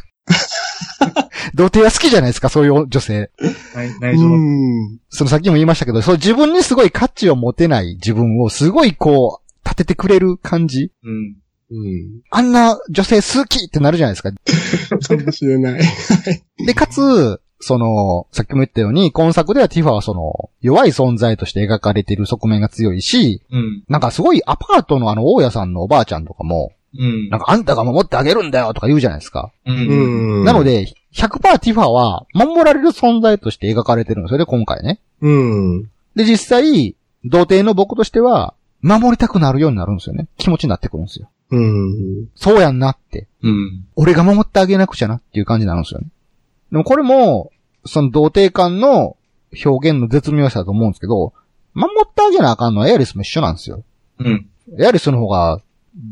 Speaker 1: 童貞は好きじゃないですか、そういう女性。
Speaker 3: 内
Speaker 2: う
Speaker 3: 内情の。
Speaker 2: ん。
Speaker 1: そのさっきも言いましたけど、そう自分にすごい価値を持てない自分をすごいこう、立ててくれる感じ。
Speaker 3: うん。
Speaker 2: うん。
Speaker 1: あんな女性好きってなるじゃないですか。
Speaker 2: かもしれない。
Speaker 1: で、かつ、その、さっきも言ったように、今作ではティファはその、弱い存在として描かれている側面が強いし、
Speaker 3: うん。
Speaker 1: なんかすごいアパートのあの、大家さんのおばあちゃんとかも、
Speaker 3: うん
Speaker 1: なんかあんたが守ってあげるんだよとか言うじゃないですか。
Speaker 3: う。
Speaker 2: うんん。
Speaker 1: なの。で、100%ティファは守られる存在として描かれてるんですよね、今回ね。
Speaker 2: うん。
Speaker 1: で、実際、童貞の僕としては、守りたくなるようになるんですよね。気持ちになってくるんですよ。
Speaker 2: うん。
Speaker 1: そうやんなって。
Speaker 3: うん。
Speaker 1: 俺が守ってあげなくちゃなっていう感じになるんですよね。でもこれも、その童貞感の表現の絶妙さだと思うんですけど、守ってあげなあかんのはエアリスも一緒なんですよ。
Speaker 3: うん。
Speaker 1: エアリスの方が、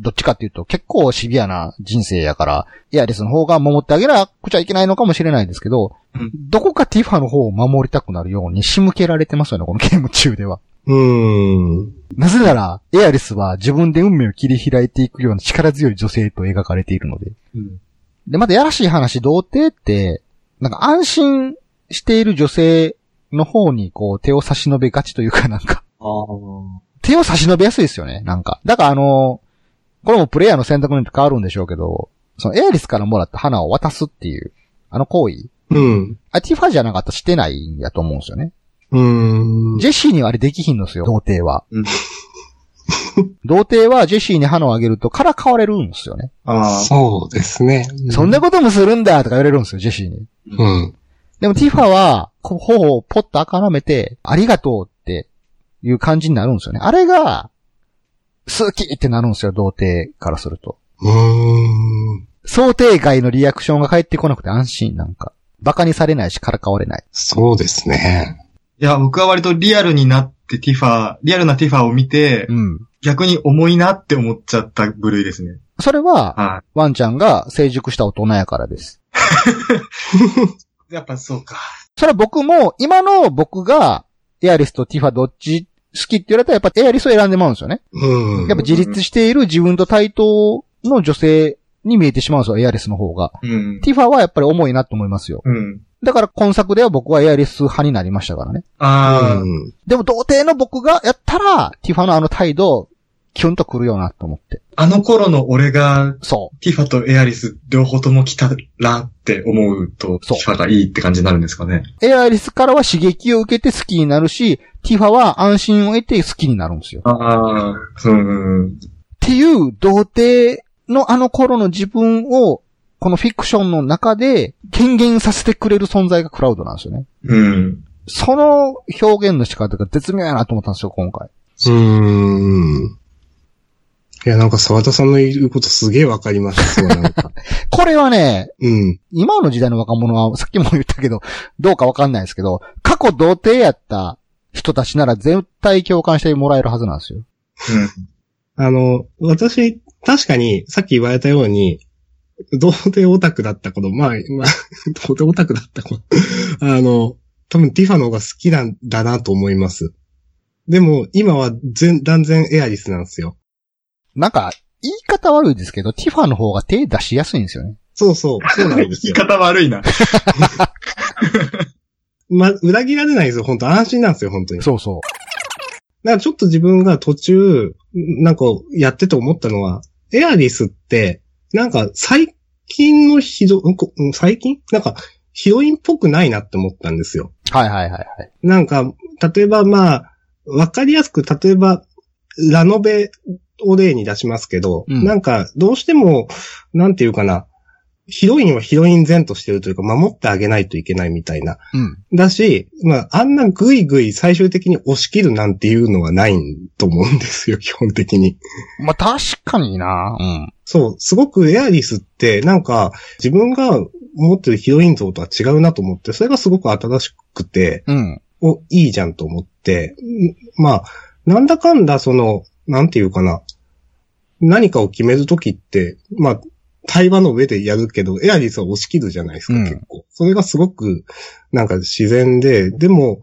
Speaker 1: どっちかっていうと結構シビアな人生やから、エアリスの方が守ってあげなくちゃいけないのかもしれないですけど、
Speaker 3: うん
Speaker 1: どこかティファの方を守りたくなるように仕向けられてますよね、このゲーム中では。
Speaker 2: うん。
Speaker 1: なぜなら、エアリスは自分で運命を切り開いていくような力強い女性と描かれているので。
Speaker 3: うん。
Speaker 1: で、またやらしい話、童貞って、なんか安心している女性の方にこう手を差し伸べがちというかなん か、
Speaker 3: ああ。
Speaker 1: 手を差し伸べやすいですよね、なんか。だからあの、これもプレイヤーの選択によって変わるんでしょうけど、そのエアリスからもらった花を渡すっていう、あの行為。
Speaker 2: うん。
Speaker 1: あ、ティファじゃなかったらしてないんやと思うんですよね。
Speaker 2: うん。
Speaker 1: ジェシーにはあれできひんのですよ、童貞は。
Speaker 3: うん
Speaker 1: 童貞はジェシーに花をあげるとからかわれるんですよね。
Speaker 3: ああ。
Speaker 2: そうですね。
Speaker 1: そんなこともするんだとか言われるんですよ、ジェシーに。
Speaker 2: うん。
Speaker 1: でもティファは、こう頬をポッとあからめて、ありがとうっていう感じになるんですよね。あれが、好きってなるんですよ、童貞からすると。
Speaker 2: うん。
Speaker 1: 想定外のリアクションが返ってこなくて安心なんか。バカにされないし、からかわれない。
Speaker 2: そうですね。
Speaker 3: いや、僕は割とリアルになってティファー、リアルなティファーを見て、
Speaker 1: うん。
Speaker 3: 逆に重いなって思っちゃった部類ですね。
Speaker 1: それは、
Speaker 3: は
Speaker 1: ワンちゃんが成熟した大人やからです。
Speaker 3: い。やっぱそうか。
Speaker 1: それは僕も、今の僕が、エアリスとティファどっち好きって言われたら、やっぱエアリスを選んでまうんですよね。
Speaker 2: うん。
Speaker 1: やっぱ自立している自分と対等の女性に見えてしまうんですよ、エアリスの方が。
Speaker 3: うん。
Speaker 1: ティファはやっぱり重いなと思いますよ。
Speaker 3: うん。
Speaker 1: だから今作では僕はエアリス派になりましたからね。
Speaker 3: ああ
Speaker 2: う。ん。
Speaker 1: でも童貞の僕がやったら、ティファのあの態度、キュンとくるよなと思って。
Speaker 3: あの頃の俺が、
Speaker 1: そ
Speaker 3: ティファとエアリス両方とも来たらって思うと、
Speaker 1: そ
Speaker 3: テ
Speaker 1: う
Speaker 3: ィファがいいって感じになるんですかね。
Speaker 1: う。エアリスからは刺激を受けて好きになるし、ティファは安心を得て好きになるんですよ。っ
Speaker 3: ああ、うん。
Speaker 1: ていう童貞のあの頃の自分を、このフィクションの中で権限させてくれる存在がクラウドなんですよね。
Speaker 3: うん。
Speaker 1: その表現の仕方が絶妙やなと思ったんですよ、今回。
Speaker 2: うん。いや、なんか沢田さんの言うことすげえわかります。そうなん か。
Speaker 1: これはね、
Speaker 2: うん。
Speaker 1: 今の時代の若者は、さっきも言ったけど、どうかわかんないですけど、過去童貞やった人たちなら絶対共感してもらえるはずなんですよ。
Speaker 2: あの、私、確かに、さっき言われたように、童貞オタクだった頃、まあ、 まあ、童貞オタクだった頃、あの、多分ティファの方が好きなんだなと思います。でも、今は全、断然エアリスなんですよ。
Speaker 1: なんか、言い方悪いですけど、ティファの方が手出しやすいんですよね。
Speaker 2: そうそう、そうなんです
Speaker 3: 言い
Speaker 2: よ。
Speaker 3: 方悪いな。
Speaker 2: まあ、裏切られないですよ、本当安心なんですよ、本当に。だ
Speaker 1: そうそ
Speaker 2: からちょっと自分が途中、なんかやってて思ったのは、エアリスって、なんか最近のひど、うんこうん最近なんか、ヒロインっぽくないなって思ったんですよ。
Speaker 1: う。はいはいはいはい。
Speaker 2: なんか、例えばまあ、わかりやすく、例えば、ラノベを例に出しますけど、
Speaker 1: うん
Speaker 2: なんか、どうしても、なんていうかな、ヒロインはヒロイン前としてるというか、守ってあげないといけないみたいな。
Speaker 1: うん。
Speaker 2: だし、まあ、あんなぐいぐい最終的に押し切るなんていうのはないと思うんですよ、 基本的に。
Speaker 1: まあ、確かになうん。
Speaker 2: そう、すごくエアリスって、なんか、自分が持ってるヒロイン像とは違うなと思って、それがすごく新しくて、
Speaker 1: うん。
Speaker 2: お、いいじゃんと思って、んまあ、なんだかんだその、なんていうかな、何かを決めるときって、まあ、対話の上でやるけど、エアリスは押し切るじゃないですか、
Speaker 1: うん
Speaker 2: 結構。それがすごく、なんか自然で、でも、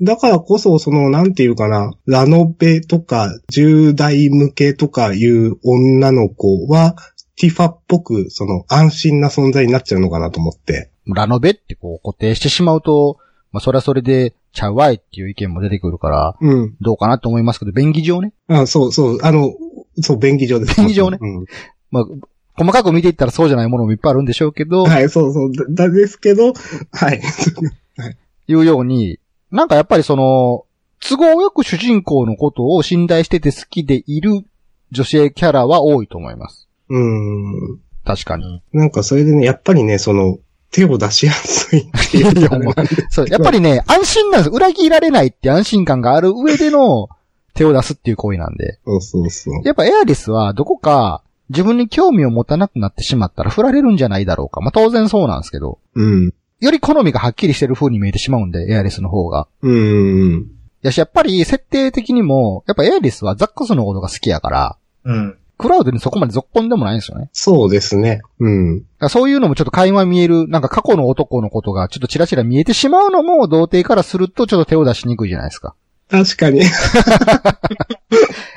Speaker 2: だからこそ、その、なんていうかな、ラノベとか、10代向けとかいう女の子は、ティファっぽく、その、安心な存在になっちゃうのかなと思って。
Speaker 1: ラノベってこう固定してしまうと、まあそれはそれでちゃうわいっていう意見も出てくるから、
Speaker 2: うん。
Speaker 1: どうかなと思いますけど、便宜上ね。
Speaker 2: あ、そうそう。あの、そう、便宜上です。
Speaker 1: 便宜上ね
Speaker 2: うん
Speaker 1: まあ、細かく見ていったらそうじゃないものもいっぱいあるんでしょうけど、
Speaker 2: はい、そうそう。だ、だですけど、はい。
Speaker 1: いうように、なんかやっぱりその、都合よく主人公のことを信頼してて好きでいる女性キャラは多いと思います。
Speaker 2: うん。
Speaker 1: 確かに。
Speaker 2: なんかそれでね、やっぱりね、その、手を出しやすいっていう
Speaker 1: いや
Speaker 2: かあれなんで
Speaker 1: そう、やっぱりね、安心なんです。裏切られないって安心感がある上での手を出すっていう行為なんで。
Speaker 2: そうそうそう。
Speaker 1: やっぱエアリスはどこか自分に興味を持たなくなってしまったら振られるんじゃないだろうか。まあ当然そうなんですけど、
Speaker 2: うん。
Speaker 1: より好みがはっきりしてる風に見えてしまうんで、エアリスの方が。
Speaker 2: うん。
Speaker 1: やし、やっぱり設定的にも、やっぱエアリスはザックスのことが好きやから、
Speaker 3: うん。
Speaker 1: クラウドにそこまで続婚でもないんですよね。
Speaker 2: そうですね。うん。
Speaker 1: だからそういうのもちょっと垣間見える、なんか過去の男のことがちょっとチラチラ見えてしまうのも童貞からするとちょっと手を出しにくいじゃないですか。
Speaker 2: 確かに。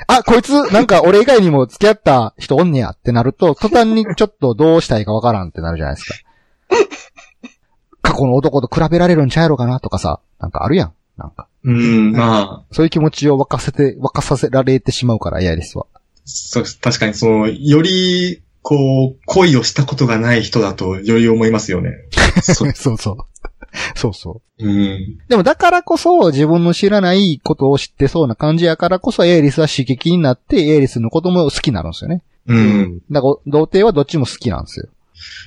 Speaker 1: あ、こいつなんか俺以外にも付き合った人おんねやってなると、途端にちょっとどうしたいかわからんってなるじゃないですか。過去の男と比べられるんちゃうやろかなとかさ、なんかあるやん。なんか。
Speaker 3: うん、まあ、
Speaker 1: そういう気持ちを沸かせて、沸かさせられてしまうから、エアリスは。
Speaker 3: そうです。確かに、その、より、こう、恋をしたことがない人だと、より思いますよね。そ
Speaker 1: そうそう。そうそう。
Speaker 3: うん。
Speaker 1: でもだからこそ自分の知らないことを知ってそうな感じやからこそエイリスは刺激になってエイリスのことも好きになるんですよね。
Speaker 3: うん。い。
Speaker 1: だから童貞はどっちも好きなんですよ。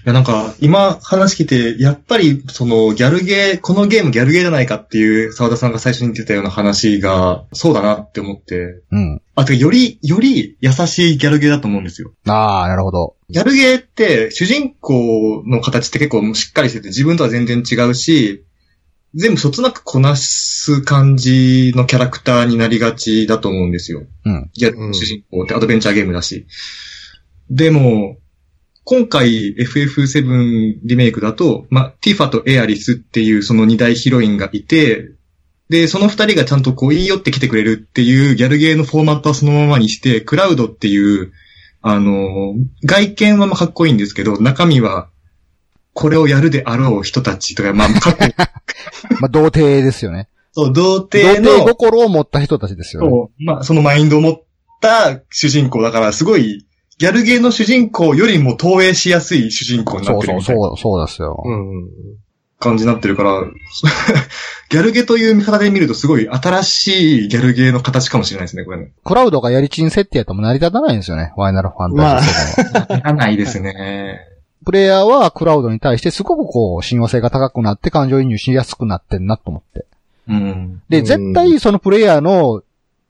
Speaker 3: や、なんか、今話聞いて、やっぱり、その、ギャルゲー、このゲームギャルゲーじゃないかっていう、沢田さんが最初に言ってたような話が、そうだなって思って。
Speaker 1: うん。
Speaker 3: あ、てかより、より優しいギャルゲーだと思うんですよ。
Speaker 1: ああ、なるほど。
Speaker 3: ギャルゲーって、主人公の形って結構しっかりしてて、自分とは全然違うし、全部そつなくこなす感じのキャラクターになりがちだと思うんですよ。
Speaker 1: うん。
Speaker 3: ギャ
Speaker 2: うん
Speaker 3: 主人公ってアドベンチャーゲームだし。でも、今回 FF7 リメイクだと、まあ、ティファとエアリスっていうその二大ヒロインがいて、で、その二人がちゃんとこう言い寄ってきてくれるっていうギャルゲーのフォーマットはそのままにして、クラウドっていう、あの、外見はまあかっこいいんですけど、中身は、これをやるであろう人たちとか、まあ、過 去、
Speaker 1: まあ童貞ですよね。
Speaker 3: そう、童
Speaker 1: 童
Speaker 3: 貞の
Speaker 1: 貞、心を持った人たちですよね。
Speaker 3: そう。まあ、そのマインドを持った主人公だから、すごい、ギャルゲーの主人公よりも投影しやすい主人公にな
Speaker 1: そう
Speaker 3: ってる
Speaker 1: そ
Speaker 3: み
Speaker 1: う
Speaker 3: たいな
Speaker 1: そう、そうですよ。
Speaker 2: うん。
Speaker 3: 感じになってるから、 ギャルゲーという見方で見るとすごい新しいギャルゲーの形かもしれないですね、これね。
Speaker 1: クラウドがやりちん設定やとも成り立たないんですよね。ファイナルファンタジー とかは。
Speaker 3: いらないですね。
Speaker 1: プレイヤーはクラウドに対してすごくこう、親和性が高くなって感情移入しやすくなってんなと思って。
Speaker 3: うん。
Speaker 1: で、
Speaker 2: うん
Speaker 1: 絶対そのプレイヤーの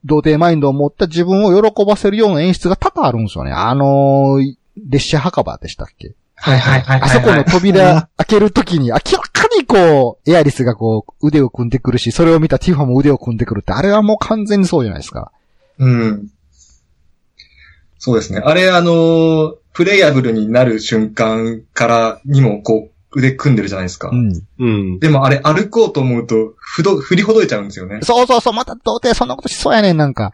Speaker 1: 童貞マインドを持った自分を喜ばせるような演出が多々あるんですよね。あのー列車墓場でしたっけ
Speaker 3: はいはいはいはい、
Speaker 1: あそこの
Speaker 2: うん
Speaker 1: 扉開けるときに明らかにこう、エアリスがこう、腕を組んでくるし、それを見たティファも腕を組んでくるって、あれはもう完全にそうじゃないですか。
Speaker 3: うん。そうですね。あれ、あの、プレイアブルになる瞬間からにも、こう、腕組んでるじゃないですか。
Speaker 1: うん。
Speaker 2: うん。
Speaker 3: でもあれ、歩こうと思うと、ふど、振りほどいちゃうんですよね。
Speaker 1: そうそうそう、また童貞そんなことしそうやねん、なんか。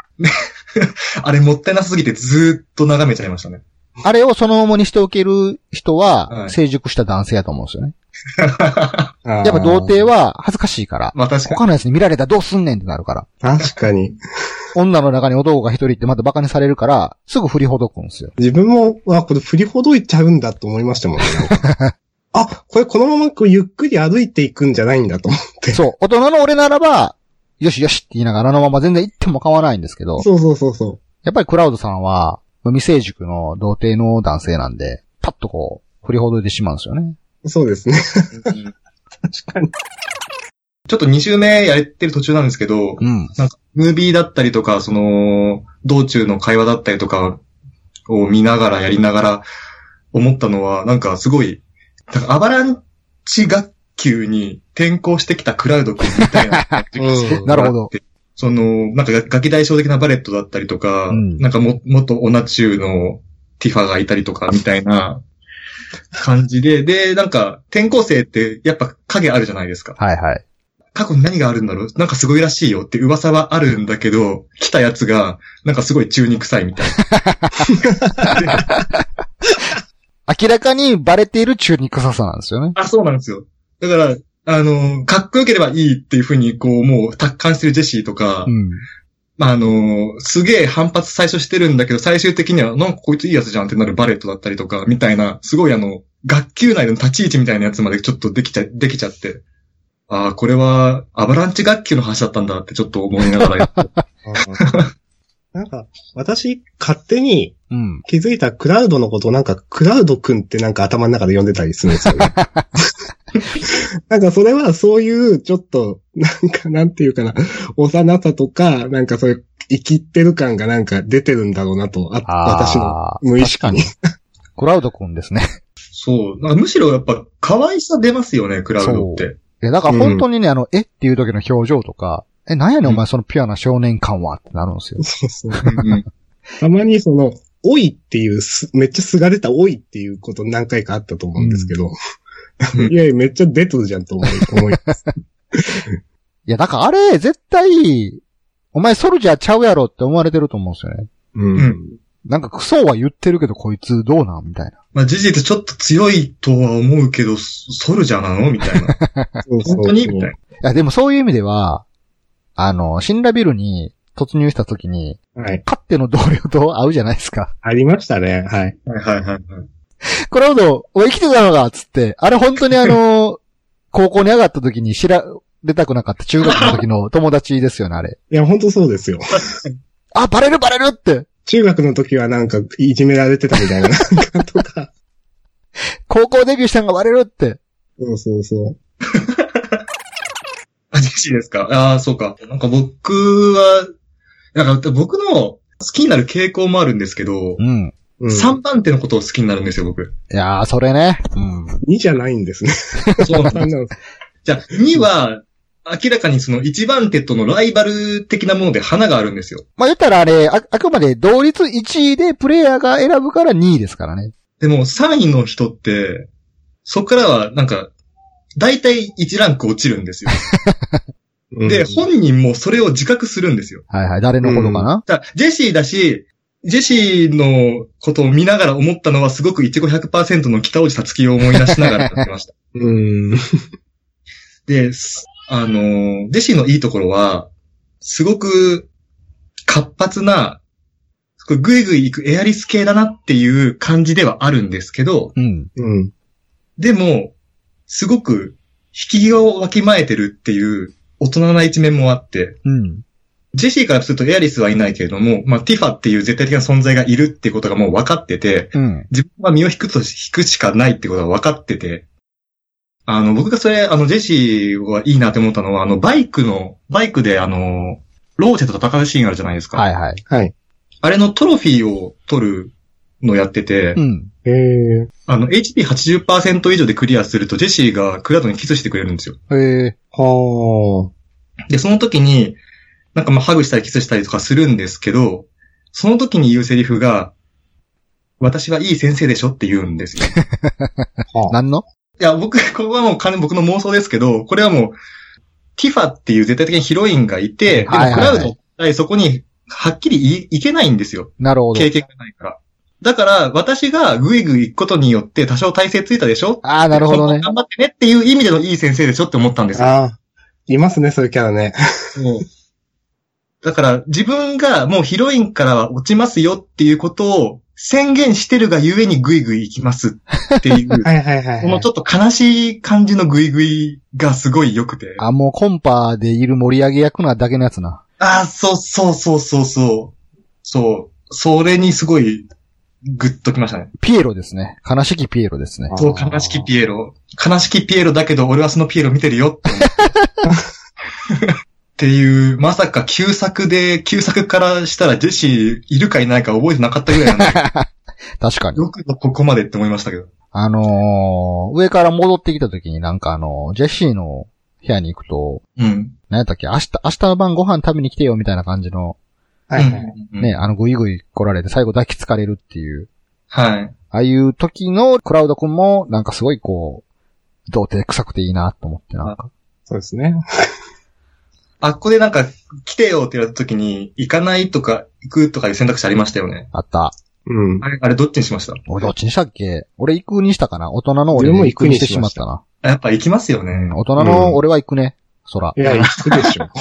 Speaker 3: あれもったいなさすぎてずーっと眺めちゃいました ね。
Speaker 1: あれをそのままにしておける人
Speaker 3: は
Speaker 1: は、
Speaker 3: い
Speaker 1: 成熟した男性やと思うんですよね。
Speaker 2: や
Speaker 1: やっぱ童貞は恥ずかしいから、
Speaker 3: まあ確かに。
Speaker 1: 他のやつに見られたらどうすんねんってなるから。
Speaker 2: 確かに。
Speaker 1: 女の中に男が一人ってまたバカにされるから、すぐ振りほどくんですよ。
Speaker 2: 自分も、あ、これ振りほどいちゃうんだと思いま したもんね。あ、これこのままこうゆっくり歩いていくんじゃないんだと思って。
Speaker 1: そう。大人の俺ならば、よしよしって言いながらあのまま全然行っても構わないんですけど、
Speaker 2: そうそうそうそ
Speaker 1: やっぱりクラウドさんは、未成熟の童貞の男性なんで、パッとこう、振りほどいてしまうんですよね。
Speaker 2: う。そうですね。
Speaker 3: 確
Speaker 2: かに。
Speaker 3: ちょっと2周目やってる途中なんですけど、
Speaker 1: うん。
Speaker 3: ムービーだったりとか、その、道中の会話だったりとかを見ながらやりながら思ったのは、なんかすごい、なんかアバランチ学級に転校してきたクラウド君みたいな感 じがすごくあって
Speaker 1: なるほど。
Speaker 3: その、なんかがガキ大将的なバレットだったりとか、
Speaker 1: うん
Speaker 3: なんかも、元オナチューのティファがいたりとか、みたいな感じで、で、なんか、転校生ってやっぱ影あるじゃないですか。
Speaker 1: はいはい。
Speaker 3: 過去に何があるんだろうなんかすごいらしいよって噂はあるんだけど、来たやつが、なんかすごい中に臭いみたい
Speaker 1: 明らかにバレている中肉臭さなんですよね。
Speaker 3: あ、そうなんですよ。だから、あの、かっこよければいいっていうふうに、こう、もう、達観してるジェシーとか、
Speaker 1: うん。
Speaker 3: まあ、あの、すげえ反発最初してるんだけど、最終的には、なんかこいついいやつじゃんってなるバレットだったりとか、みたいな、すごいあの、学級内の立ち位置みたいなやつまでちょっとできちゃ、できちゃって、ああ、これは、アバランチ学級の話だったんだってちょっと思いながらやって
Speaker 2: なんか、私、勝手に
Speaker 1: うん。
Speaker 2: 気づいたクラウドのことをなんか、クラウドくんってなんか頭の中で呼んでたりするんですよ ね。なんかそれはそういう、ちょっと、なんか、なんていうかな、幼さとか、なんかそういう、生きってる感がなんか出てるんだろうなと、あ私の
Speaker 1: あー
Speaker 2: 無意識に。
Speaker 1: クラウド君ですね。
Speaker 3: そう。なんかむしろやっぱ、可愛さ出ますよね、クラウドって。
Speaker 1: え、なんか本当にね、あの、えっていう時の表情とか、え、なんやねんお前そのピュアな少年感はってなるんですよ。
Speaker 2: そうそう。
Speaker 3: うんうん
Speaker 2: たまにその、おいっていうす、めっちゃすがれたおいっていうこと何回かあったと思うんですけど、
Speaker 3: うん
Speaker 2: いやいや、めっちゃ出てるじゃんと思い、 思います。
Speaker 1: いや、なんかあれ、絶対、お前ソルジャーちゃうやろって思われてると思うんですよね。
Speaker 2: うん。
Speaker 3: うん
Speaker 1: なんかクソは言ってるけどこいつどうなんみたいな。
Speaker 3: まあ、事実ちょっと強いとは思うけど、ソソルジャーなのみたいな。
Speaker 2: そうそうそう
Speaker 3: 本当にみたい
Speaker 1: いや、でもそういう意味では、あの、新ラビルに突入した時に、
Speaker 2: はい。
Speaker 1: かっての同僚と会うじゃないですか。
Speaker 2: ありましたね。はい。
Speaker 3: な。はいはいはいはい。
Speaker 1: クラウド、おい、生きてたのかっつって、あれ本当にあ の、高校に上がった時に知られたくなかった中学の時の友達ですよね、あれ。
Speaker 2: いや、本当そうですよ。
Speaker 1: あ、バレるバレるって
Speaker 2: 中学の時はなんか、いじめられてたみ たいな、なんかとか。
Speaker 1: 高校デビューしたんがバレるって。
Speaker 2: そうそうそう。
Speaker 3: あ、ジェシーですかああ、そうか。なんか僕は、なんか僕の好きになる傾向もあるんですけど、
Speaker 1: うん。
Speaker 2: うん、
Speaker 3: 3番手のことを好きになるんですよ、 僕。
Speaker 1: いやー、それね。うん。
Speaker 2: 2じゃないんですね。
Speaker 3: そうなん
Speaker 2: 3な
Speaker 3: です。
Speaker 2: んです
Speaker 3: じゃあ、2は、明らかにその1番手とのライバル的なもので花があるんですよ。
Speaker 1: まあ、言ったらあれ、あ、あくまで同率1位でプレイヤーが選ぶから2位ですからね。
Speaker 3: でも3位の人って、そこからはなんか、大体1ランク落ちるんですよ。
Speaker 2: うん
Speaker 3: で、本人もそれを自覚するんですよ。
Speaker 1: はいはい、誰のことかな、
Speaker 3: だジェシーだし、ジェシーのことを見ながら思ったのはすごく1500%の北尾さつきを思い出しながらやって ました。
Speaker 2: うん。
Speaker 3: で、すあのー、ジェシーのいいところは、すごく活発な、これぐいぐい行くエアリス系だなっていう感じではあるんですけど、
Speaker 1: うん。
Speaker 2: うん。
Speaker 3: でも、すごく引き際をわきまえてるっていう大人な一面もあって、
Speaker 1: うん。
Speaker 3: ジェシーからするとエアリスはいないけれども、まあ、ティファっていう絶対的な存在がいるっていうことがもう分かってて、
Speaker 1: うん。
Speaker 3: 自分が身を引くとし、引くしかないってことが分かってて、あの、僕がそれ、あの、ジェシーはいいなって思ったのは、あの、バイクの、バイクであの、ローチェと戦うシーンあるじゃないですか。
Speaker 1: はいはい。
Speaker 2: はい。
Speaker 3: あれのトロフィーを取るのやってて、
Speaker 1: うん。
Speaker 2: えー、
Speaker 3: あの、HP80% 以上でクリアすると、ジェシーがクラウドにキスしてくれるんですよ。
Speaker 1: へえ。
Speaker 2: は
Speaker 3: で、その時に、なんかまあハグしたりキスしたりとかするんですけど、その時に言うセリフが、私はいい先生でしょって言うんですよ。い
Speaker 2: あ。はあ。
Speaker 1: 何の
Speaker 3: や、僕、ここはもう完全に僕の妄想ですけど、これはもう、ティファっていう絶対的にヒロインがいて、でも
Speaker 1: はいはい
Speaker 3: ク
Speaker 1: は
Speaker 3: ラ
Speaker 1: い
Speaker 3: ウド対そこにはっきりいいけないんですよ。
Speaker 1: なるほど
Speaker 3: 経。験がないから。だから、私がグイグイ行くことによって多少体勢ついたでしょ
Speaker 1: ああ、なるほど
Speaker 3: その
Speaker 1: ね。
Speaker 3: 頑張ってねっていう意味でのいい先生でしょって思ったんですよ
Speaker 2: あーいますね、そういうキャラね。
Speaker 3: だから自分がもうヒロインからは落ちますよっていうことを宣言してるがゆえにグイグイ行きますって いう、
Speaker 2: はいはいはい、はい。
Speaker 3: このちょっと悲しい感じのグイグイがすごい良くて。あ
Speaker 1: あ、もうコンパでいる盛り上げ役なだけのやつな。
Speaker 3: あー、そうそうそうそうそう。そう。それにすごいグッときましたね。
Speaker 1: ピエロですね。悲しきピエロですね。
Speaker 3: そう、悲しきピエロ。悲しきピエロだけど俺はそのピエロ見てるよって思って。っていう、まさか旧作で、旧作からしたらジェシーいるかいないか覚えてなかったぐらいなんで
Speaker 1: 確かに。
Speaker 3: よくぞここまでって思いましたけど。
Speaker 1: あのー、上から戻ってきた時になんかあの、ジェシーの部屋に行くと、
Speaker 3: うん。
Speaker 1: 何やったっけ明日、明日の晩ご飯食べに来てよみたいな感じの、
Speaker 2: はいはい。
Speaker 3: うん
Speaker 1: ね、。あの、ぐいぐい来られて最後抱きつかれるっていう、
Speaker 3: はい。
Speaker 1: ああいう時のクラウド君も、なんかすごいこう、童貞臭くていいなと思ってなんか。
Speaker 2: そうですね。
Speaker 3: あっこでなんか、来てよって言われた時に、行かないとか、行くとかいう選択肢ありましたよね。
Speaker 1: あった。
Speaker 2: うん。
Speaker 3: あれ、あれどっちにしました
Speaker 1: 俺どっちにしたっけ俺行くにしたかな大人の俺
Speaker 2: 俺も
Speaker 1: も
Speaker 2: 行
Speaker 1: 行
Speaker 2: く
Speaker 1: く
Speaker 2: に
Speaker 1: に
Speaker 2: し
Speaker 1: してて
Speaker 2: し
Speaker 1: し
Speaker 2: ま
Speaker 1: ま
Speaker 2: っ
Speaker 1: ったたな。
Speaker 3: あやっぱ行きますよね。
Speaker 1: うん大人の俺は行くね。そら
Speaker 2: い。や、行くで しょ。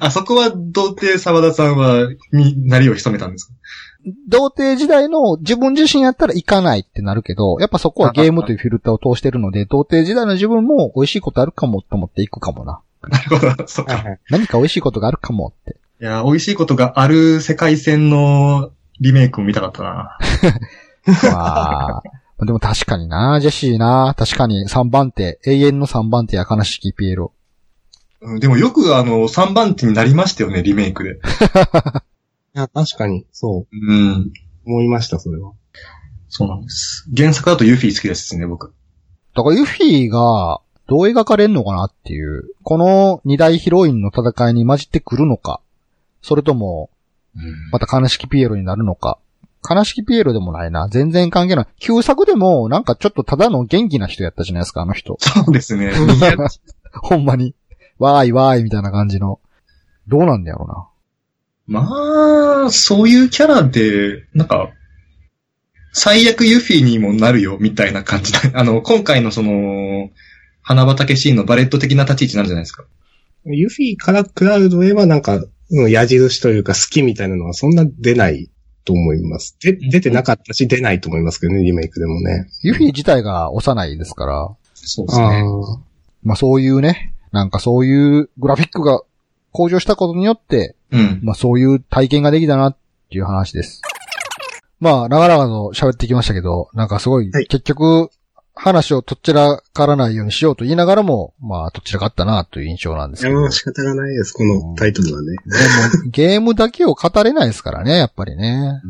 Speaker 3: あそこは童貞沢田さんは、に、なりを潜めたんですか
Speaker 1: 童貞時代の自分自身やったら行かないってなるけど、やっぱそこはゲームというフィルターを通してるので、童貞時代の自分も美味しいことあるかもと思って行くかもな。
Speaker 3: なるほど、そう
Speaker 2: はい
Speaker 3: か。
Speaker 2: はい。
Speaker 1: 何か美味しいことがあるかも って。
Speaker 3: いや、美味しいことがある世界線のリメイクを見たかったな。
Speaker 1: まあ、でも確かにな、ジェシーな、確かに3番手、永遠の3番手や悲しきピエロ。
Speaker 3: うんでもよくあの、3番手になりましたよね、リメイクで。
Speaker 2: いや、確かに、そう、
Speaker 3: うん。
Speaker 2: 思いました、それは。
Speaker 3: そうなんです。原作だとユフィ好きですね、僕。
Speaker 1: だからユフィがどう描かれんのかなっていう、この二大ヒロインの戦いに混じってくるのか、それとも、また悲しきピエロになるのか。悲しきピエロでもないな。全然関係ない。旧作でも、なんかちょっとただの元気な人やったじゃないですか、あの人。
Speaker 3: そうです ね。
Speaker 1: ほんまに。わーいわーいみたいな感じの。どうなんだろうな。
Speaker 3: まあ、そういうキャラで、なんか、最悪ユフィにもなるよ、みたいな感じだ。 あの、今回のその、花畑シーンのバレット的な立ち位置なんじゃないですか。
Speaker 2: ユフィからクラウドへはなんか、うん矢印というか好きみたいなのはそんな出ないと思います。で、出てなかったし出ないと思いますけどね、リメイクでもね。
Speaker 1: ユフィ自体が幼いですから、
Speaker 3: そうです
Speaker 2: あ
Speaker 3: ね。
Speaker 2: あ。
Speaker 1: まあそういうね、なんかそういうグラフィックが向上したことによって、
Speaker 3: うん。
Speaker 1: まあそういう体験ができたなっていう話です。まあ、長々と喋ってきましたけど、なんかすごい、
Speaker 2: はい
Speaker 1: 結局、話をとっちらからないようにしようと言いながらも、まあ、とっちらかったなという印象なんです
Speaker 2: い
Speaker 1: け
Speaker 2: や、
Speaker 1: ど。
Speaker 2: もう仕方がないです、このタイトルはね。
Speaker 1: でもゲームだけを語れないですからね、やっぱりね。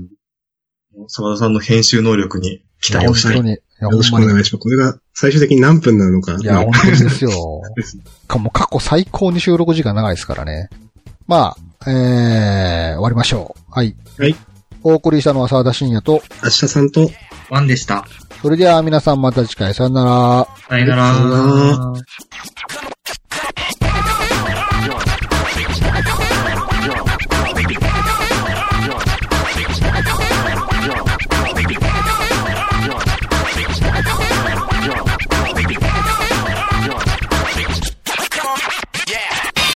Speaker 3: 沢田さんの編集能力に期待をしたい。
Speaker 1: 本当に。いや、
Speaker 2: よろしく
Speaker 1: ほ
Speaker 2: お
Speaker 1: んまに。
Speaker 2: 願いします。これが最終的に何分なのか。
Speaker 1: いや、
Speaker 2: なん
Speaker 1: 本
Speaker 2: か
Speaker 1: 当にですよ。かもう過去最高に収録時間長いですからね。まあ、えー、終わりましょう。はい。
Speaker 2: はい。
Speaker 1: お送りしたのは沢田信也と、
Speaker 2: 明日さんと、
Speaker 3: ワンでした。
Speaker 1: それでは皆さんまた次回さよなら。
Speaker 3: さよな
Speaker 2: さよな
Speaker 3: ら。
Speaker 4: Come